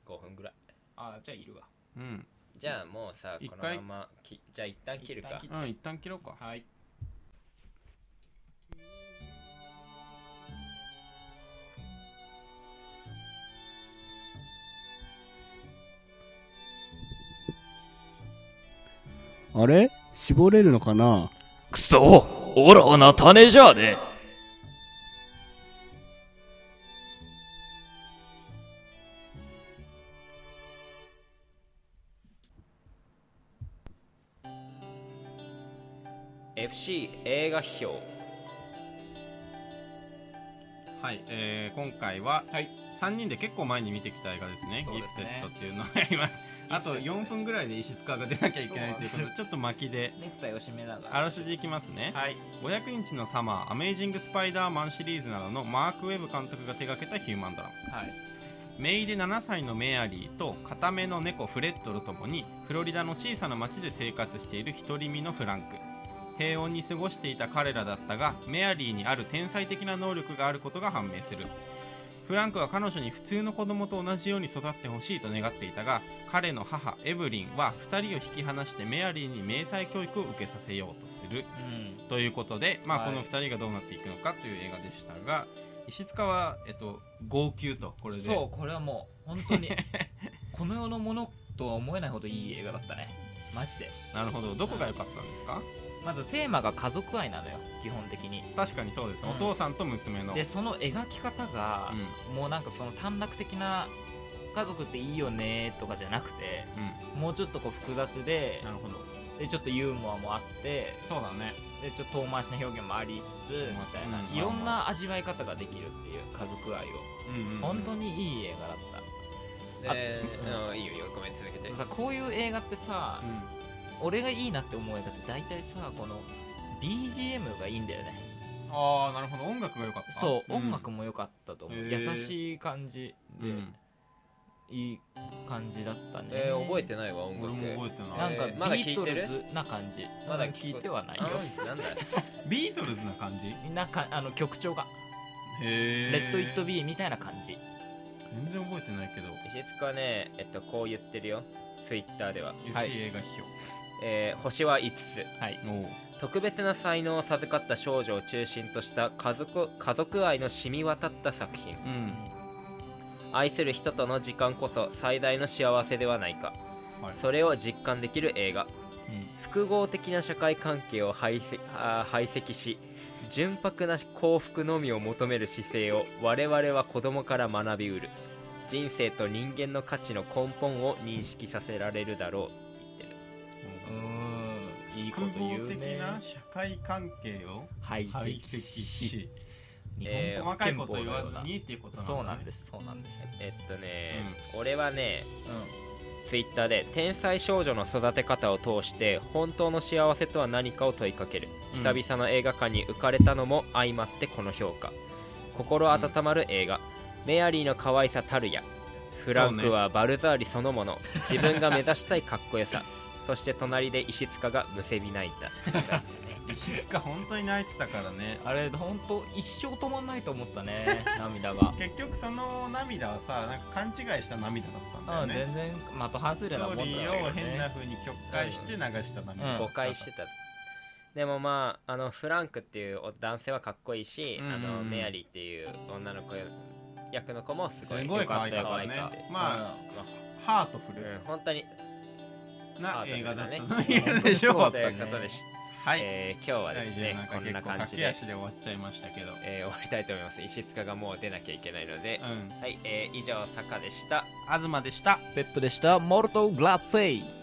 Speaker 1: 5分ぐらい
Speaker 2: ああじゃあいるわ
Speaker 3: うん
Speaker 1: じゃあもうさ
Speaker 3: 一
Speaker 1: この
Speaker 3: 回
Speaker 1: ままきじゃあ一旦切る
Speaker 2: 一旦
Speaker 1: か
Speaker 2: 切る
Speaker 3: うん一旦切ろうか
Speaker 2: はい
Speaker 5: あれ絞れるのかな
Speaker 4: くそオラはなたねえじゃあね
Speaker 1: い FC 映画批評
Speaker 3: はい、えー今回は
Speaker 2: はい
Speaker 3: 3人で結構前に見てきた映画ですね「
Speaker 2: そう
Speaker 3: ギ
Speaker 2: で
Speaker 3: フ
Speaker 2: す
Speaker 3: テ
Speaker 2: ね
Speaker 3: ッド」っていうのをやりますあ と
Speaker 2: ギフテッド
Speaker 3: 4分ぐらいで石塚が出なきゃいけないということ
Speaker 2: そうなんで
Speaker 3: でちょっと巻きで
Speaker 2: ネクタイを締めながら
Speaker 3: あらすじいきますね
Speaker 2: はい
Speaker 3: 500日のサマー「アメイジング・スパイダーマン」シリーズなどのマーク・ウェブ監督が手掛けたヒューマンドラマ
Speaker 2: はい
Speaker 3: メイで7歳のメアリーと固めの猫フレッドと共にフロリダの小さな町で生活している独り身のフランク平穏に過ごしていた彼らだったがメアリーにある天才的な能力があることが判明するフランクは彼女に普通の子供と同じように育ってほしいと願っていたが彼の母エブリンは2人を引き離してメアリーに明細教育を受けさせようとする
Speaker 2: うん
Speaker 3: ということで、まあ、
Speaker 2: は
Speaker 3: こ
Speaker 2: い
Speaker 3: の2人がどうなっていくのかという映画でしたが、石塚は、えっと、号泣とこれで
Speaker 2: そうこれはもう本当に この世のものとは思えないほどいい映画だったねマジで
Speaker 3: なるほどどこが良かったんですか
Speaker 2: まずテーマが家族愛なのよ基本的に
Speaker 3: 確かにそうですね、
Speaker 2: うん
Speaker 3: お父さんと娘の
Speaker 2: でその描き方が
Speaker 3: うん、うん
Speaker 2: もうなんかその短絡的な家族っていいよねとかじゃなくてもうちょっとこう複雑で
Speaker 3: なるほど
Speaker 2: でちょっとユーモアもあって
Speaker 3: そうだね
Speaker 2: でちょっと遠回しな表現もありつつみたいな、
Speaker 3: うん
Speaker 2: いろんな味わい方ができるっていう家族愛を、
Speaker 3: うん、うん、
Speaker 2: 本当にいい映画だった
Speaker 1: でうんいいよいいよごめん続けて
Speaker 2: でもさこういう映画ってさ
Speaker 3: う、ん
Speaker 2: 俺がいいなって思う映画って大体さこの BGM がいいんだよね
Speaker 3: ああなるほど音楽が良かった
Speaker 2: そう、
Speaker 3: ん
Speaker 2: 音楽も良かったと思う、
Speaker 3: へー
Speaker 2: 優しい感じで、
Speaker 3: うん
Speaker 2: いい感じだったね、
Speaker 1: えー覚えてないわ音
Speaker 3: 俺
Speaker 1: 楽
Speaker 3: も覚えてない
Speaker 2: なんか
Speaker 1: えーまだ
Speaker 2: ビ
Speaker 1: 聞
Speaker 2: ー
Speaker 1: い
Speaker 2: ト
Speaker 1: てる
Speaker 2: ルズな感じ
Speaker 1: まだ
Speaker 2: 聞いてはないよ
Speaker 1: あなんだ
Speaker 3: ビートルズな感じへ
Speaker 2: なんかあの曲調が「
Speaker 3: え
Speaker 2: レッド・イット・ビー」みたいな感じ
Speaker 3: 全然覚えてないけど
Speaker 1: 石塚はねえっとこう言ってるよツイッターでは、
Speaker 3: 良
Speaker 2: はい
Speaker 3: き映画批
Speaker 1: えー星は5つ
Speaker 2: はい
Speaker 3: 評、おう
Speaker 1: 特別な才能を授かった少女を中心とした家族家族愛の染み渡った作品
Speaker 3: うん
Speaker 1: 愛する人との時間こそ最大の幸せではないか
Speaker 3: はい
Speaker 1: それを実感できる映画複合的な社会関係を排斥あー排斥し純白な幸福のみを求める姿勢を我々は子供から学びうる人生と人間の価値の根本を認識させられるだろうって言ってる
Speaker 2: うーんいいこと
Speaker 3: 複
Speaker 2: 言
Speaker 3: 合
Speaker 2: う
Speaker 3: 的
Speaker 2: ね
Speaker 3: な社会関係を
Speaker 2: 排
Speaker 3: 排
Speaker 2: 斥
Speaker 3: 斥
Speaker 2: し
Speaker 3: し
Speaker 2: 日
Speaker 1: えー
Speaker 2: 本
Speaker 3: 細
Speaker 2: 国憲
Speaker 3: かいこ
Speaker 2: 法
Speaker 3: と
Speaker 2: の
Speaker 3: 言
Speaker 2: よ
Speaker 3: わ
Speaker 2: うな
Speaker 3: ずにっていうこと
Speaker 2: そうなんですすそうなんです
Speaker 1: えっとね、俺はね
Speaker 2: う
Speaker 1: ツイッターで「天才少女の育て方を通して本当の幸せとは何かを問いかける」
Speaker 3: うん
Speaker 1: 久々の映画館に浮かれたのも相まってこの評価心温まる映画、メアリーの可愛さたるやフランクはバルザーリそのもの、自分が目指したいかっこよさそして隣で石塚がむせび泣いた
Speaker 3: いつか本当に泣いてたからね
Speaker 2: んあれ本当一生止まんないと思ったね涙が
Speaker 3: 結局その涙はさなんか勘違いした涙だったんだ
Speaker 2: う
Speaker 3: よ
Speaker 2: ん
Speaker 3: ね
Speaker 2: 全然また
Speaker 3: ス
Speaker 2: 外
Speaker 3: ト
Speaker 2: れなもん
Speaker 3: ー
Speaker 2: だ
Speaker 3: リ
Speaker 2: よ
Speaker 3: ーを変な
Speaker 2: ね
Speaker 3: 風に曲解して流した涙、
Speaker 2: うん
Speaker 1: 誤解してたでもまああのフランクっていう男性はかっこいいし、
Speaker 3: うんうんうん
Speaker 1: あのメアリーっていう女の子役の子もすごい
Speaker 3: すごい
Speaker 1: 良か
Speaker 3: 可
Speaker 1: っ
Speaker 3: 愛
Speaker 1: た
Speaker 3: かった
Speaker 1: よ可愛
Speaker 3: ね
Speaker 1: くて
Speaker 3: ま
Speaker 2: うん
Speaker 1: まあ
Speaker 3: あハートフ
Speaker 1: うん
Speaker 3: ル、
Speaker 1: 本当に
Speaker 3: な映画だった
Speaker 1: ハ
Speaker 3: と
Speaker 1: ートフル
Speaker 3: 言
Speaker 1: なね
Speaker 3: えるでしょう
Speaker 1: と
Speaker 2: 本当
Speaker 1: い
Speaker 2: に
Speaker 1: う
Speaker 2: そだ
Speaker 1: ことでし、
Speaker 3: はい、
Speaker 1: えー今日はです
Speaker 3: 第十
Speaker 1: ね
Speaker 3: 七
Speaker 1: こ
Speaker 3: 回
Speaker 1: んな
Speaker 3: 結
Speaker 1: 感
Speaker 3: 構
Speaker 1: じ
Speaker 3: 駆け
Speaker 1: で
Speaker 3: 足、で終わっちゃいましたけど、
Speaker 1: えー終わりたいと思います石塚がもう出なきゃいけないので、
Speaker 3: うん
Speaker 1: はい、えー以上坂でした
Speaker 3: 東でした
Speaker 2: ペップでしたモルトグラッツェイ